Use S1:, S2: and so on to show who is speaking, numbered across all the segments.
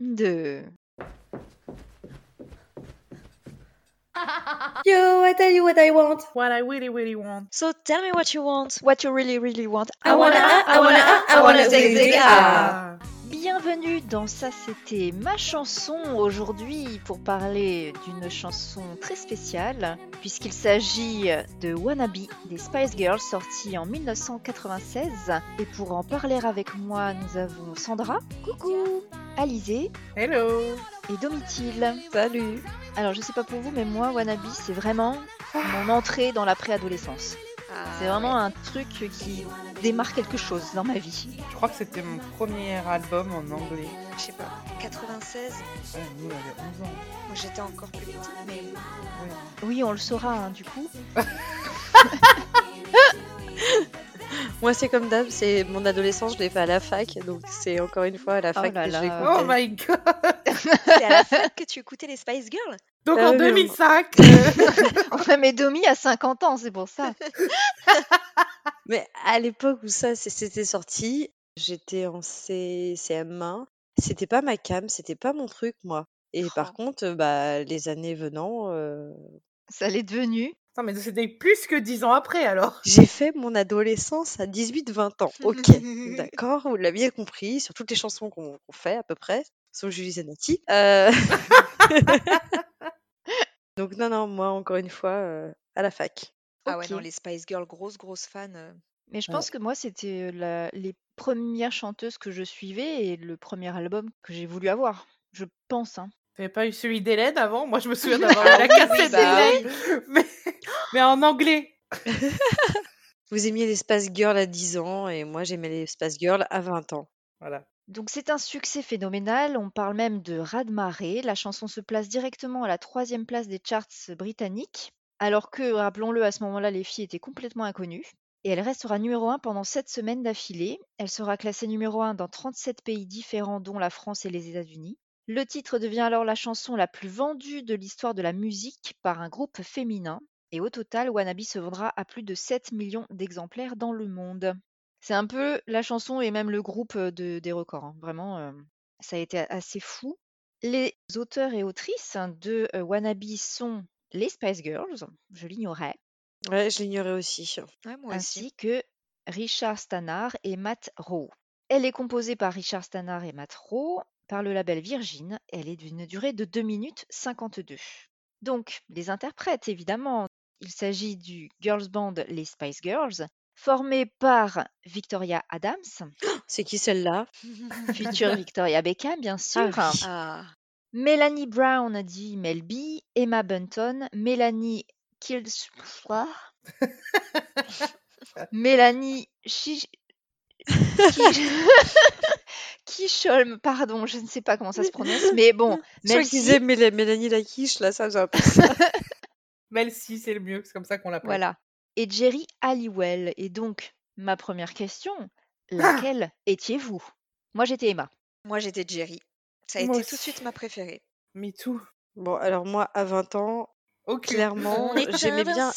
S1: Да.
S2: Yo, I tell you what I want.
S3: What I really, really want.
S1: So tell me what you want, what you really, really want.
S2: I wanna, I wanna, I wanna zig zig ah.
S1: Bienvenue dans Ça c'était ma chanson aujourd'hui pour parler d'une chanson très spéciale puisqu'il s'agit de Wannabe des Spice Girls sortie en 1996 et pour en parler avec moi nous avons Sandra, coucou, Alizé
S3: Hello.
S1: et Domitil.
S2: Salut.
S1: Alors je sais pas pour vous mais moi Wannabe c'est vraiment mon entrée dans la préadolescence.
S4: Ah
S1: C'est vraiment un truc qui démarre quelque chose dans ma vie.
S3: Je crois que c'était mon premier album en anglais.
S4: Je sais pas, 96,
S3: Ah, nous, on avait 11 ans.
S4: moi j'étais encore plus petite, mais
S3: Ouais.
S1: Oui, on le saura hein, du coup.
S2: Moi, c'est comme d'hab, c'est mon adolescence, je l'ai fait à la fac, donc c'est encore une fois à la
S1: Oh
S2: fac
S1: là
S2: que je
S1: là.
S2: l'ai
S3: Oh
S2: compté.
S3: my god.
S4: bah, c'est à la fac que tu écoutais les Spice Girls
S3: Donc
S2: Ah
S3: en
S2: oui, on-
S3: 2005. euh,
S1: Enfin, mais Domi a 50 ans, c'est pour ça.
S2: Mais à l'époque où ça c'est- c'était sorti, j'étais en C- CM1, c'était pas ma cam, c'était pas mon truc, moi. Et par
S4: Oh.
S2: contre, euh, bah, les années venant, euh,
S1: Ça l'est devenu.
S3: Attends, mais c'était plus que 10 ans après alors.
S2: j'ai fait mon adolescence à 18-20 ans. Ok, d'accord, vous l'aviez compris, sur toutes les chansons qu'on qu'on fait à peu près, sauf Julie Zanotti. Euh, Donc non, non, moi, encore une fois, euh, à la fac.
S4: Ah ouais,
S1: Ok.
S4: non, les Spice Girls, grosse, grosse fan. euh.
S1: Mais je
S2: Ouais.
S1: pense que moi, c'était euh, la- les premières chanteuses que je suivais et le premier album que j'ai voulu avoir. Je pense. hein.
S3: T'avais pas eu celui d'Hélène avant Moi je me souviens d'avoir eu la cassette
S4: bah oui.
S3: d'Hélène. Mais... mais en anglais.
S2: Vous aimiez l'espace girl à 10 ans et moi j'aimais l'espace girl à 20 ans.
S3: Voilà.
S1: Donc c'est un succès phénoménal, on parle même de raz-de-marée, la chanson se place directement à la troisième place des charts britanniques, alors que, rappelons-le, à ce moment-là, les filles étaient complètement inconnues, et elle restera numéro 1 pendant 7 semaines d'affilée, elle sera classée numéro 1 dans 37 pays différents dont la France et les États-Unis. Le titre devient alors la chanson la plus vendue de l'histoire de la musique par un groupe féminin, et au total, Wannabe se vendra à plus de 7 millions d'exemplaires dans le monde. C'est un peu la chanson et même le groupe euh, de, des records. hein. Vraiment, euh, ça a été a- assez fou. Les auteurs et autrices hein, de euh, Wannabe sont les Spice Girls, je l'ignorais,
S2: Ouais, je l'ignorais aussi.
S4: Ouais,
S2: Ah
S4: moi aussi.
S1: ainsi que Richard Stannard et Matt Rowe. Elle est composée par Richard Stannard et Matt Rowe par le label Virgin. Elle est d'une durée de 2 minutes 52. Donc, les interprètes, évidemment. Il s'agit du girls band Les Spice Girls, formé par Victoria Adams,
S2: C'est qui celle-là
S1: future Victoria Beckham, bien sûr.
S2: Ah
S4: ah,
S1: Melanie Brown a dit Mel B, Emma Bunton, Melanie Kills... Mélanie Chi- Ki- Kisholm, pardon, je ne sais pas comment ça se prononce, mais bon,
S2: Je crois
S1: Mel C,
S2: qu'ils disaient Mél- Mélanie Laquiche, là, ça j'ai un peu.
S3: Mel si c'est le mieux, c'est comme ça qu'on l'appelle.
S1: voilà, et Jerry Halliwell. Et donc, ma première question,
S2: Ah!
S1: laquelle étiez-vous Moi, j'étais Emma.
S4: moi j'étais Jerry. Ça a
S3: Moi
S4: été tout de
S3: aussi.
S4: suite ma préférée.
S3: Me too.
S2: Bon, alors moi, à 20 ans,
S3: Ok.
S2: clairement, j'aimais bien,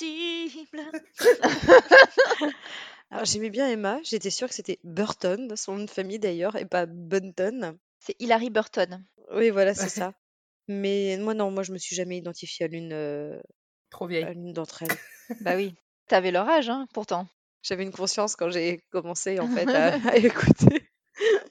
S2: alors, j'aimais bien Emma. J'étais sûre que c'était Burton, son nom de famille d'ailleurs, et pas Bunton.
S1: C'est Hilary Burton.
S2: Oui, voilà, c'est
S3: Ouais.
S2: ça. Mais moi, non, moi, je me suis jamais identifiée à l'une euh,
S3: Trop
S2: à
S3: vieille.
S2: l'une d'entre elles.
S1: Bah oui, t'avais leur âge, hein, pourtant.
S2: J'avais une conscience quand j'ai commencé, en fait, à, à écouter.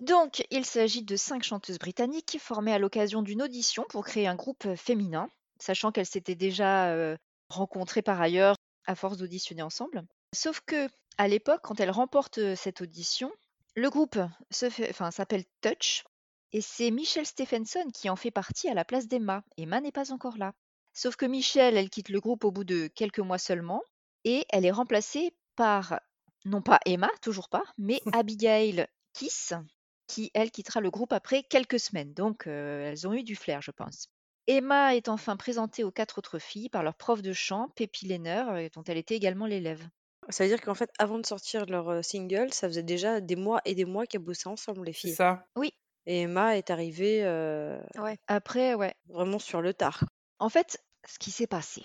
S1: Donc, il s'agit de cinq chanteuses britanniques formées à l'occasion d'une audition pour créer un groupe euh, féminin, sachant qu'elles s'étaient déjà euh, rencontrées par ailleurs à force d'auditionner ensemble. Sauf que, à l'époque, quand elles remportent euh, cette audition, le groupe se fait- enfin, s'appelle Touch, et c'est Michelle Stephenson qui en fait partie à la place d'Emma. Emma n'est pas encore là. Sauf que Michelle, elle quitte le groupe au bout de quelques mois seulement, et elle est remplacée par, non pas Emma, toujours pas, mais Abigail Kiss, qui, elle, quittera le groupe après quelques semaines. Donc, euh, elles ont eu du flair, je pense. Emma est enfin présentée aux quatre autres filles par leur prof de chant, Peppy Lehner, euh, dont elle était également l'élève.
S2: Ça veut dire qu'en fait, avant de sortir leur euh, single, ça faisait déjà des mois et des mois qu'elles bossaient ensemble, les
S3: C'est
S2: filles.
S3: ça.
S2: Et Emma est arrivée euh,
S4: Ouais.
S1: Après, ouais.
S2: vraiment sur le tard.
S1: En fait, ce qui s'est passé.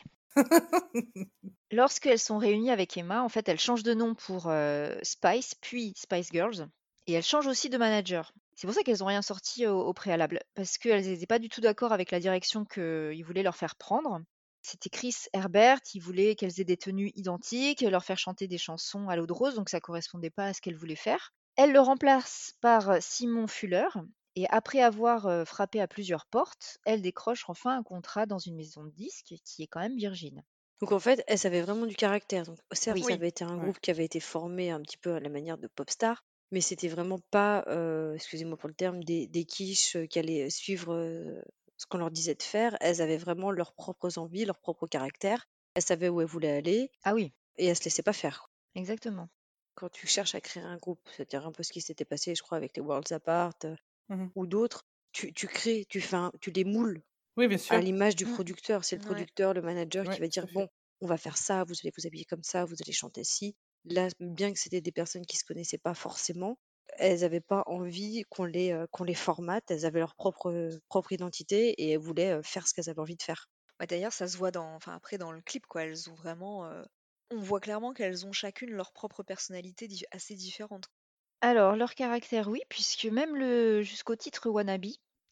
S1: Lorsqu'elles sont réunies avec Emma, en fait, elles changent de nom pour euh, Spice, puis Spice Girls, et elles changent aussi de manager. C'est pour ça qu'elles n'ont rien sorti au, au préalable, parce qu'elles n'étaient pas du tout d'accord avec la direction qu'ils voulaient leur faire prendre. C'était Chris Herbert, il voulait qu'elles aient des tenues identiques, leur faire chanter des chansons à l'eau de rose, donc ça correspondait pas à ce qu'elles voulaient faire. Elle le remplace par euh, Simon Fuller, et après avoir euh, frappé à plusieurs portes, elle décroche enfin un contrat dans une maison de disques qui est quand même Virgin.
S2: Donc en fait, elles avaient vraiment du caractère. Donc certes,
S1: Oui.
S2: ça avait été un
S3: Ouais.
S2: groupe qui avait été formé un petit peu à la manière de Popstar, mais c'était vraiment pas, euh, excusez-moi pour le terme, des, des quiches euh, qui allaient suivre euh, ce qu'on leur disait de faire. Elles avaient vraiment leurs propres envies, leur propre caractère. Elles savaient où elles voulaient aller
S1: Ah oui,
S2: et elles se laissaient pas faire.
S1: exactement.
S2: Quand tu cherches à créer un groupe, c'est-à-dire un peu ce qui s'était passé, je crois, avec les Worlds Apart euh,
S3: Mhm.
S2: ou d'autres, tu, tu crées, tu fais, un- tu les moules
S3: Oui, bien sûr.
S2: à l'image du
S1: Mm.
S2: producteur. C'est le
S4: Ouais.
S2: producteur, le manager
S3: Ouais,
S2: qui va
S3: tout à
S2: dire
S3: fait.
S2: bon, on va faire ça, vous allez vous habiller comme ça, vous allez chanter ci. Là, bien que c'était des personnes qui se connaissaient pas forcément, elles n'avaient pas envie qu'on les, euh, qu'on les formate. Elles avaient leur propre, euh, propre identité et elles voulaient euh, faire ce qu'elles avaient envie de faire.
S4: Bah, D'ailleurs, ça se voit dans, enfin après dans le clip quoi. Elles ont vraiment, euh, on voit clairement qu'elles ont chacune leur propre personnalité dif- assez différente.
S1: Alors, leur caractère, oui, puisque même le jusqu'au titre Wannabe,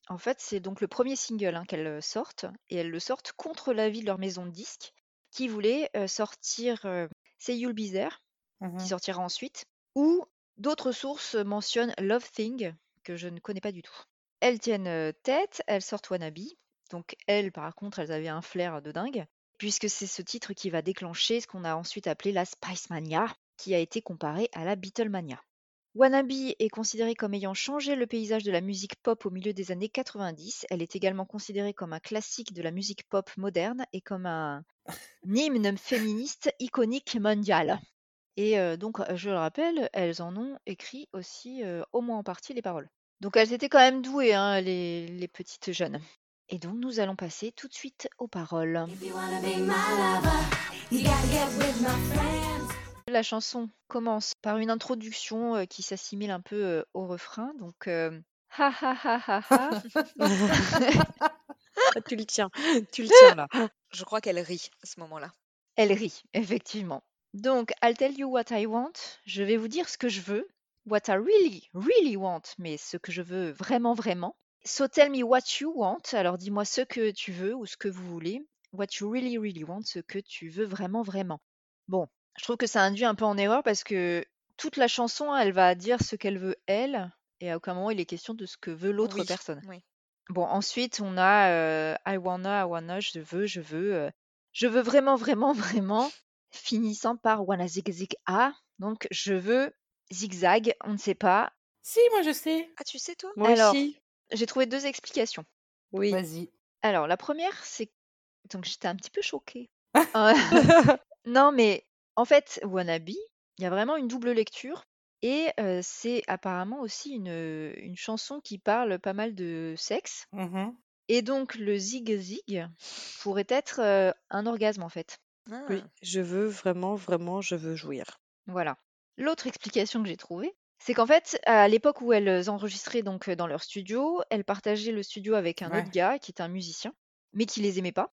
S1: en fait, c'est donc le premier single hein, qu'elles euh, sortent, et elles le sortent contre l'avis de leur maison de disques, qui voulait euh, sortir euh, C'est You'll Be There, qui
S3: Mhm.
S1: sortira ensuite, ou d'autres sources mentionnent Love Thing, que je ne connais pas du tout. Elles tiennent euh, tête, elles sortent Wannabe, donc elles, par contre, elles avaient un flair de dingue, puisque c'est ce titre qui va déclencher ce qu'on a ensuite appelé la Spice Mania, qui a été comparée à la Beatlemania. Wannabe est considérée comme ayant changé le paysage de la musique pop au milieu des années 90. Elle est également considérée comme un classique de la musique pop moderne et comme un hymne féministe iconique mondial. Et euh, donc, euh, je le rappelle, elles en ont écrit aussi, euh, au moins en partie, les paroles. Donc, elles étaient quand même douées, hein, les, les petites jeunes. Et donc, nous allons passer tout de suite aux paroles.
S5: If you wanna be my lover, you gotta get with my friends.
S1: La chanson commence par une introduction euh, qui s'assimile un peu euh, au refrain. Donc, euh, ha ha ha ha ha.
S2: Ah, tu le tiens, tu le tiens là.
S4: Je crois qu'elle rit à ce moment-là.
S1: Elle rit, effectivement. Donc, I'll tell you what I want. Je vais vous dire ce que je veux. What I really, really want. Mais ce que je veux vraiment, vraiment. So tell me what you want. Alors, dis-moi ce que tu veux ou ce que vous voulez. What you really, really want. Ce que tu veux vraiment, vraiment. Bon, je trouve que ça induit un peu en erreur parce que toute la chanson, elle va dire ce qu'elle veut, elle. Et à aucun moment, il est question de ce que veut l'autre
S4: Oui,
S1: personne.
S4: oui.
S1: Bon, ensuite, on a euh, I wanna, I wanna, je veux, je veux, euh, je veux vraiment, vraiment, vraiment, finissant par wanna zig zig ah. Donc, je veux zigzag, on ne sait pas.
S3: Si, moi je sais.
S4: Ah, tu sais toi
S2: Moi
S1: Alors,
S2: aussi. Bah,
S1: J'ai trouvé deux explications.
S2: Oui.
S3: Vas-y.
S1: Alors, la première, c'est. Donc, j'étais un petit peu choquée. Euh, non, mais en fait, wannabe, il y a vraiment une double lecture. Et euh, c'est apparemment aussi une, une chanson qui parle pas mal de sexe.
S3: Mhm.
S1: Et donc le zig zig pourrait être euh, un orgasme en fait.
S4: Ah,
S2: Oui, je veux vraiment, vraiment, je veux jouir.
S1: Voilà. L'autre explication que j'ai trouvée, c'est qu'en fait, à l'époque où elles enregistraient donc euh, dans leur studio, elles partageaient le studio avec un
S3: Ouais.
S1: autre gars qui était un musicien, mais qui les aimait pas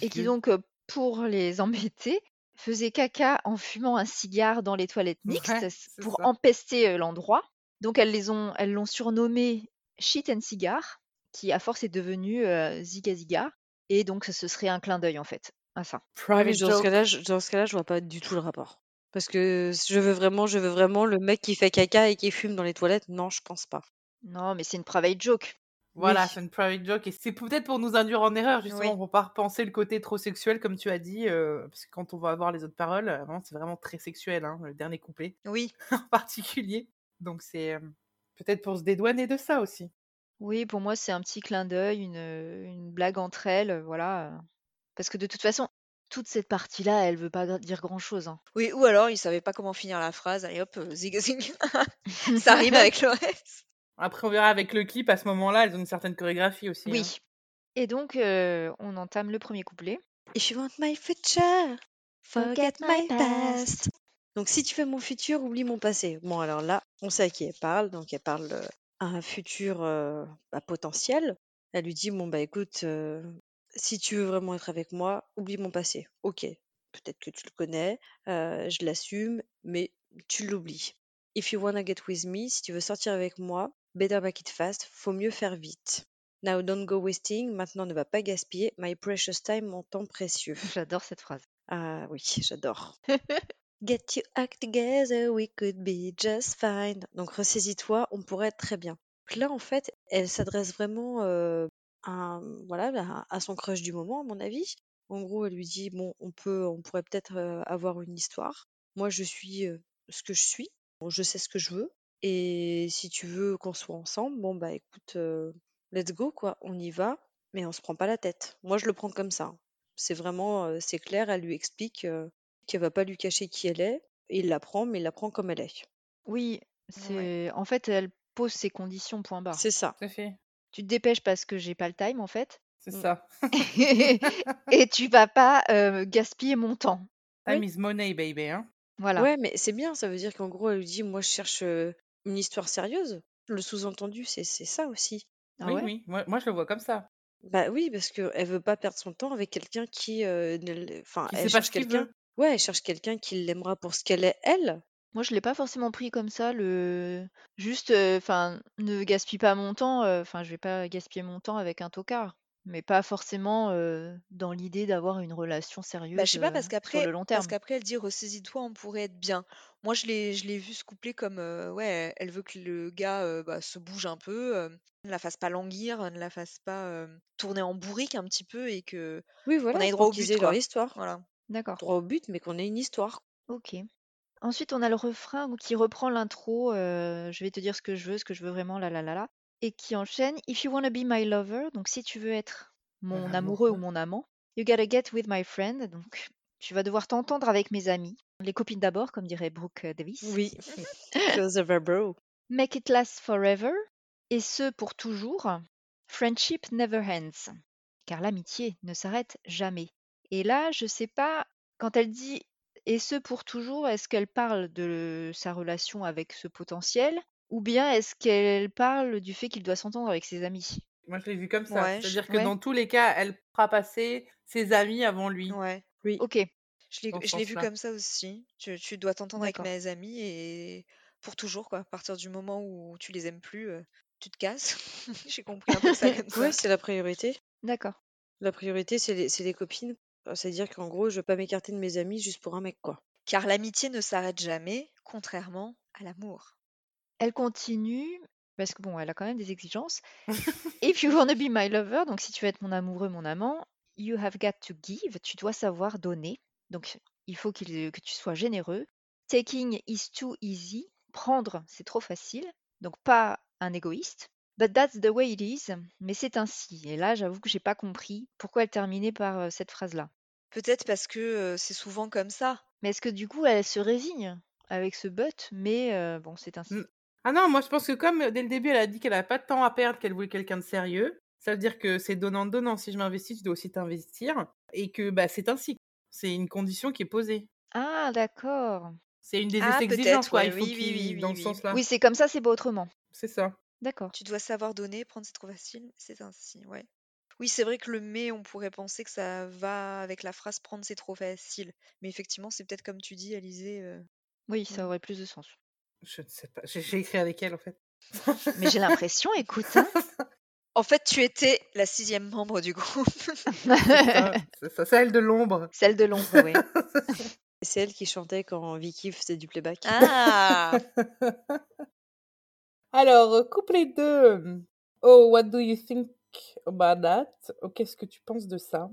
S1: et qui
S3: Ok.
S1: donc euh, pour les embêter faisait caca en fumant un cigare dans les toilettes
S3: Ouais,
S1: mixtes
S3: c'est
S1: pour
S3: ça.
S1: empester euh, l'endroit. Donc elles les ont, elles l'ont surnommé Shit and Cigar, qui à force est devenu euh, Ziga Ziga, et donc ce serait un clin d'œil en fait à ça.
S2: Ouais, Ah, mais
S3: Private
S2: dans ce
S3: joke.
S2: cas-là, je, dans ce cas-là, je vois pas du tout le rapport. Parce que je veux vraiment, je veux vraiment le mec qui fait caca et qui fume dans les toilettes. Non, je pense pas.
S1: Non, mais c'est une private joke.
S3: Voilà,
S2: Oui.
S3: c'est une private joke. Et c'est peut-être pour nous induire en erreur, justement,
S4: Oui.
S3: pour pas repenser le côté trop sexuel, comme tu as dit. euh, parce que quand on va avoir les autres paroles, euh, vraiment, c'est vraiment très sexuel, hein, le dernier couplet
S4: oui.
S3: en particulier. Donc c'est euh, peut-être pour se dédouaner de ça aussi.
S1: Oui, pour moi, c'est un petit clin d'œil, une, une blague entre elles, euh, voilà. euh. Parce que de toute façon, toute cette partie-là, elle veut pas gra- dire grand-chose. hein.
S4: Oui, ou alors ils savaient pas comment finir la phrase. Allez hop, euh, zig zig. ça rime avec le reste.
S3: Après, on verra avec le clip, à ce moment-là, elles ont une certaine chorégraphie aussi. hein.
S1: oui. Et donc, euh, on entame le premier couplet.
S2: If you want my future, forget
S5: Forget
S2: my
S5: my
S2: past. Donc si tu veux mon futur, oublie mon passé. Bon, alors là, on sait à qui elle parle. Donc elle parle euh, à un futur euh, bah, potentiel. Elle lui dit, bon, bah écoute, euh, si tu veux vraiment être avec moi, oublie mon passé. Ok, peut-être que tu le connais, euh, je l'assume, mais tu l'oublies. If you wanna get with me, si tu veux sortir avec moi, Better Back It Fast, faut mieux faire vite. Now don't go wasting, maintenant ne va pas gaspiller. My precious time, mon temps précieux.
S1: J'adore cette phrase.
S2: Ah oui, j'adore. Get you act together, we could be just fine. Donc ressaisis-toi, on pourrait être très bien. Donc là, en fait, elle s'adresse vraiment euh, à, voilà, bah, à à son crush du moment, à mon avis. En gros, elle lui dit bon, on peut, on pourrait peut-être euh, avoir une histoire. Moi, je suis euh, ce que je suis. Bon, je sais ce que je veux. Et si tu veux qu'on soit ensemble, bon bah écoute, euh, let's go quoi, on y va. Mais on se prend pas la tête. Moi, je le prends comme ça. C'est vraiment, euh, c'est clair. Elle lui explique euh, qu'elle va pas lui cacher qui elle est. Et il la prend, mais il la prend comme elle est.
S1: Oui, c'est en fait elle pose ses conditions point barre.
S2: C'est ça.
S3: Tout à fait.
S1: Tu te dépêches parce que j'ai pas le time en fait,
S3: C'est
S2: Mm.
S3: ça.
S1: et tu vas pas euh, gaspiller mon temps.
S3: Time is money, baby. Hein.
S1: Voilà.
S2: Ouais, mais c'est bien. Ça veut dire qu'en gros, elle lui dit moi, je cherche euh, une histoire sérieuse. Le sous-entendu, c'est c'est ça aussi.
S1: Ah
S3: oui,
S1: ouais
S3: oui. Moi, moi, je le vois comme ça.
S2: Bah oui, parce qu'elle veut pas perdre son temps avec quelqu'un qui, euh, ne l'- enfin,
S3: Qui
S2: elle
S3: sait pas
S2: cherche
S3: ce qu'il
S2: quelqu'un.
S3: veut.
S2: Ouais, elle cherche quelqu'un qui l'aimera pour ce qu'elle est elle.
S1: Moi, je l'ai pas forcément pris comme ça. Le juste, enfin, ne gaspille pas mon temps. Enfin, je vais pas gaspiller mon temps avec un tocard, mais pas forcément euh, dans l'idée d'avoir une relation sérieuse
S4: Bah, je sais pas,
S1: euh,
S4: parce
S1: sur
S4: qu'après,
S1: le long terme.
S4: parce qu'après, elle dit ressaisis-toi, on pourrait être bien. Moi, je l'ai, je l'ai vu se coupler comme, euh, ouais, elle veut que le gars euh, bah, se bouge un peu, euh, ne la fasse pas languir, ne la fasse pas euh, tourner en bourrique un petit peu et que
S2: Oui,
S4: on
S2: voilà,
S4: aille droit
S2: pour
S4: au
S2: qu'ils
S4: but,
S2: aient leur
S4: quoi.
S2: histoire.
S4: Voilà.
S1: D'accord.
S2: Droit au but, mais qu'on ait une histoire.
S1: Ok. Ensuite, on a le refrain qui reprend l'intro. euh, je vais te dire ce que je veux, ce que je veux vraiment, la la la la, et qui enchaîne If you wanna be my lover, donc si tu veux être mon amoureux ou
S3: amoureux.
S1: mon amant, you gotta get with my friend, donc tu vas devoir t'entendre avec mes amis, les copines d'abord, comme dirait Brooke euh, Davis.
S2: Oui. Close over, bro.
S1: Make it last forever, et ce pour toujours. Friendship never ends, car l'amitié ne s'arrête jamais. Et là, je sais pas, quand elle dit et ce pour toujours, est-ce qu'elle parle de sa relation avec ce potentiel, ou bien est-ce qu'elle parle du fait qu'il doit s'entendre avec ses amis
S3: Moi, je l'ai vu comme ça.
S4: Ouais, je-
S3: C'est-à-dire que
S1: ouais.
S3: dans tous les cas, elle fera passer ses amis avant lui.
S4: Ouais.
S2: Oui.
S1: Ok,
S4: Je l'ai,
S3: Dans ce
S4: je l'ai vu
S3: sens-là.
S4: comme ça aussi. Tu, tu dois t'entendre avec
S1: d'accord.
S4: mes amis et pour toujours, quoi. À partir du moment où tu les aimes plus, euh, tu te casses. J'ai compris un peu ça comme ça.
S2: Ouais, c'est la priorité.
S1: D'accord.
S2: La priorité, c'est les, c'est les copines. Euh, C'est-à-dire qu'en gros, je veux pas m'écarter de mes amis juste pour un mec, quoi.
S4: Car l'amitié ne s'arrête jamais, contrairement à l'amour.
S1: Elle continue, parce que bon, elle a quand même des exigences. If you wanna be my lover, donc si tu veux être mon amoureux, mon amant, you have got to give, tu dois savoir donner. Donc il faut qu'il- euh, que tu sois généreux. Taking is too easy, prendre c'est trop facile, donc pas un égoïste. But that's the way it is, mais c'est ainsi. Et là, j'avoue que j'ai pas compris pourquoi elle terminait par euh, cette phrase-là.
S4: Peut-être parce que euh, c'est souvent comme ça.
S1: Mais est-ce que du coup, elle se résigne avec ce but, mais euh, bon, c'est ainsi.
S3: Mm. Ah non, moi je pense que comme euh, dès le début elle a dit qu'elle n'avait pas de temps à perdre, qu'elle voulait quelqu'un de sérieux, ça veut dire que c'est donnant-donnant. Si je m'investis, tu dois aussi t'investir. Et que bah, c'est ainsi. C'est une condition qui est posée.
S1: Ah, d'accord.
S3: C'est une des
S4: Ah,
S3: exigences,
S4: peut-être,
S3: quoi.
S4: ouais,
S3: Il faut
S4: oui, oui, oui,
S3: qu'il.
S4: oui,
S3: Dans le
S4: oui.
S3: sens là.
S1: Oui, c'est comme ça, c'est pas autrement.
S3: C'est ça.
S1: D'accord.
S4: Tu dois savoir donner, prendre, c'est trop facile, c'est ainsi, ouais. Oui, c'est vrai que le mais, on pourrait penser que ça va avec la phrase prendre, c'est trop facile. Mais effectivement, c'est peut-être comme tu dis, Alizé. euh,
S1: Oui,
S4: Mm.
S1: ça aurait plus de sens.
S3: Je ne sais pas. J'ai j'ai écrit avec elle en fait.
S1: Mais j'ai l'impression, écoute, hein.
S4: En fait, tu étais la sixième membre du groupe.
S3: C'est ça, c'est ça, c'est elle de l'ombre.
S1: Celle de l'ombre, oui.
S2: C'est elle qui chantait quand Vicky faisait du playback.
S4: Ah
S3: Alors, euh, couplet 2. Oh, what do you think about that? Oh, qu'est-ce que tu penses de ça?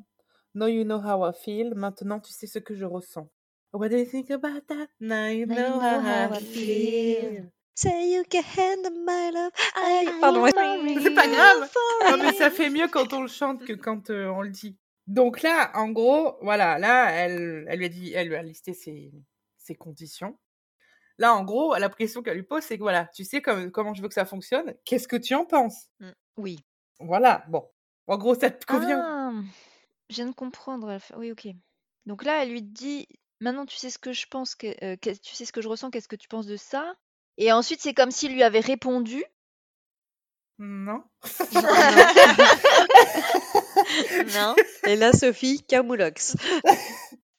S3: Now you know how I feel. Maintenant, tu sais ce que je ressens. What do you think about that? Now you
S1: Now you
S3: know
S1: know
S3: how
S1: how
S3: I
S1: I feel.
S3: feel.
S2: Say you can handle my love. I-
S1: I
S2: Pardon,
S1: am
S2: ouais.
S1: sorry.
S3: C'est pas grave. Non, mais ça
S4: Sorry.
S3: fait mieux quand on le chante que quand euh, on le dit. Donc là, en gros, voilà, là, elle, elle lui a dit, elle lui a listé ses, ses conditions. Là, en gros, la question qu'elle lui pose, c'est que voilà, tu sais comme- comment je veux que ça fonctionne. Qu'est-ce que tu en penses?
S1: Oui.
S3: Voilà, bon. En gros, ça te convient.
S1: Ah, je viens de comprendre. elle fait- Oui, ok. Donc là, elle lui dit, maintenant tu sais ce que je pense, que, euh, qu'est- tu sais ce que je ressens, qu'est-ce que tu penses de ça? Et ensuite, c'est comme s'il lui avait répondu.
S3: Non.
S1: Non.
S4: Non.
S2: Et là, Sophie, Camoulox.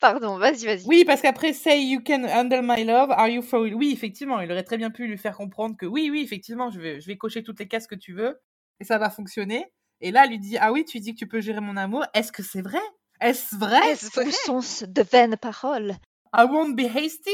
S1: Pardon, vas-y, vas-y.
S3: Oui, parce qu'après, say you can handle my love, are you for real? Oui, effectivement, il aurait très bien pu lui faire comprendre que oui, oui, effectivement, je vais, je vais cocher toutes les cases que tu veux et ça va fonctionner. Et là, elle lui dit, ah oui, tu dis que tu peux gérer mon amour. Est-ce que c'est vrai? Est-ce vrai?
S4: Est-ce
S1: Au
S4: vrai
S1: sens de vaines paroles.
S3: I won't be hasty.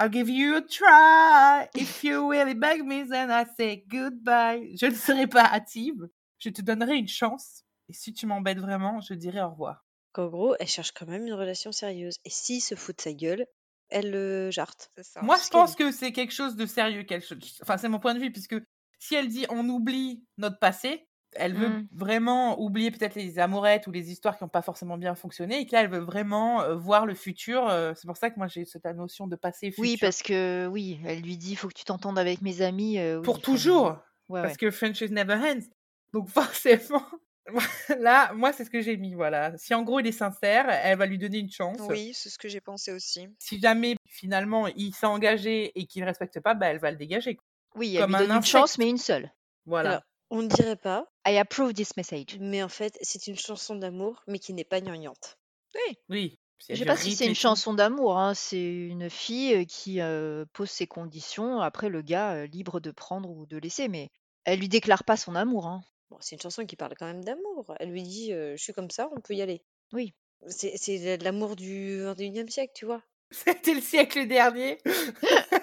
S3: I'll give you a try. If you really beg me, then I say goodbye. Je ne serai pas hâtive. Je te donnerai une chance. Et si tu m'embêtes vraiment, je dirai au revoir.
S2: Qu'en gros, elle cherche quand même une relation sérieuse. Et s'il se fout de sa gueule, elle le jarte.
S4: C'est
S1: Ah,
S4: ça.
S3: Moi, je
S2: ce qu'elle
S3: pense que c'est quelque chose de sérieux. qu'elle ch- Enfin, c'est mon point de vue, puisque si elle dit on oublie notre passé, elle veut
S1: Mm.
S3: vraiment oublier peut-être les amourettes ou les histoires qui n'ont pas forcément bien fonctionné, et que là, elle veut vraiment euh, voir le futur. euh, c'est pour ça que moi, j'ai cette notion de passé et futur.
S1: Oui, parce que oui, elle lui dit faut que tu t'entendes avec mes amis. euh, oui,
S3: Pour
S1: enfin,
S3: toujours.
S1: Ouais, ouais.
S3: parce que French is never ends. Donc forcément, là, moi, c'est ce que j'ai mis, voilà. Si en gros il est sincère, elle va lui donner une chance.
S4: Oui, c'est ce que j'ai pensé aussi.
S3: Si jamais finalement il s'est engagé et qu'il ne respecte pas, bah, elle va le dégager. quoi.
S1: Oui, elle
S3: comme
S1: lui
S3: un
S1: donne une
S3: insecte.
S1: chance, mais une seule.
S3: Voilà.
S2: Alors- On ne dirait pas,
S1: I approve this message.
S2: mais en fait, c'est une chanson d'amour, mais qui n'est pas gnangnante.
S3: oui. Puis il y
S1: Je sais
S3: a du
S1: pas si
S3: rythme
S1: c'est
S3: et
S1: une
S3: tout.
S1: chanson d'amour, hein, c'est une fille euh, qui euh, pose ses conditions. Après, le gars euh, libre de prendre ou de laisser, mais elle lui déclare pas son amour. hein.
S2: Bon, c'est une chanson qui parle quand même d'amour. Elle lui dit euh, Je suis comme ça, on peut y aller.
S1: Oui.
S2: C'est c'est de l'amour du 21 e siècle, tu vois.
S3: C'était le siècle dernier.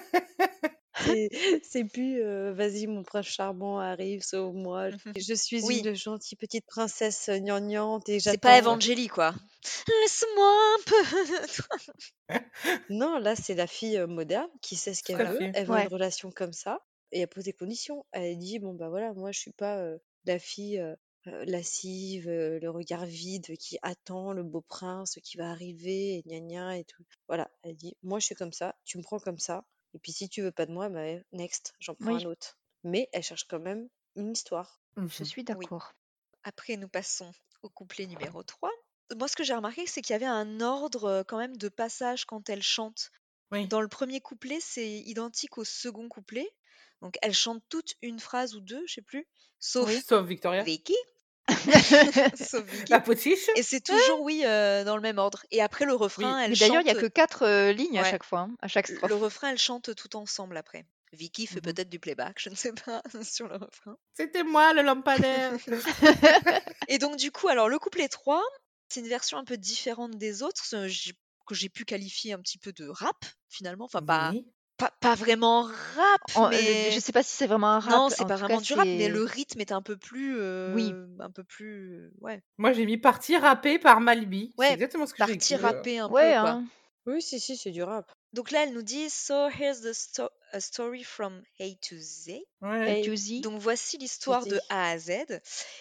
S2: C'est c'est plus euh, Vas-y, mon prince charmant arrive, sauve-moi.
S4: Mhm.
S2: Je suis
S4: Oui.
S2: une gentille petite princesse gnangnante et
S4: C'est pas
S2: j'attends.
S4: Evangélie, quoi. Laisse-moi un peu.
S2: Non, là, c'est la fille euh, moderne qui sait ce
S3: Tout
S2: qu'elle
S3: à
S2: veut.
S3: fait.
S2: Elle veut
S1: Ouais.
S2: une relation comme ça et elle pose des conditions. Elle dit Bon, bah voilà, moi, je suis pas euh, la fille euh, euh, lascive, euh, le regard vide qui attend le beau prince qui va arriver, et gna gna et tout. Voilà, elle dit Moi, je suis comme ça, tu me prends comme ça. Et puis, si tu veux pas de moi, bah, next, j'en prends
S1: Oui.
S2: un autre. Mais elle cherche quand même une histoire.
S4: Mmh.
S1: Je suis d'accord.
S4: Après, nous passons au couplet numéro 3. Moi, ce que j'ai remarqué, c'est qu'il y avait un ordre euh, quand même de passage quand elle chante.
S3: Oui.
S4: Dans le premier couplet, c'est identique au second couplet. Donc, elle chante toute une phrase ou deux, je sais plus, sauf
S3: Sauf Victoria.
S4: Vicky. sauf Vicky.
S3: La potiche.
S4: Et c'est toujours, oui, euh, dans le même ordre. Et après, le refrain, elle
S1: Mais d'ailleurs, il y a
S4: chante-
S1: que quatre euh, lignes à
S4: Ouais.
S1: chaque fois, hein, Mmh à chaque
S4: Le
S1: strophe.
S4: refrain, elle chante tout ensemble après. Vicky fait
S3: Mhm.
S4: peut-être du playback, je ne sais pas, sur le refrain.
S3: C'était moi le lampadaire.
S4: Et donc, du coup, alors le couplet 3, c'est une version un peu différente des autres, ce- j'ai- que j'ai pu qualifier un petit peu de rap, finalement. Enfin, pas,
S3: Oui.
S4: pas, pas vraiment rap,
S1: En- euh,
S4: mais.
S1: Je sais pas si c'est vraiment un rap.
S4: Non, c'est
S1: en
S4: pas
S1: tout cas,
S4: vraiment du rap, mais
S1: c'est-
S4: le rythme est un peu plus.
S1: Oui.
S4: euh, Un peu plus. euh, Ouais.
S3: Moi, j'ai mis partie rappée par Malby.
S4: Ouais,
S3: C'est exactement ce que j'ai euh,
S4: Partie
S3: écrit.
S4: rappée un
S1: Ouais,
S4: peu, quoi.
S1: hein.
S2: Oui, si, si, c'est du rap.
S4: Donc là, elle nous dit So here's the sto- a story from A to Z.
S3: Ouais.
S2: Hey,
S1: Tu dis-
S4: Donc voici l'histoire de
S2: Vas-y.
S4: A à Z.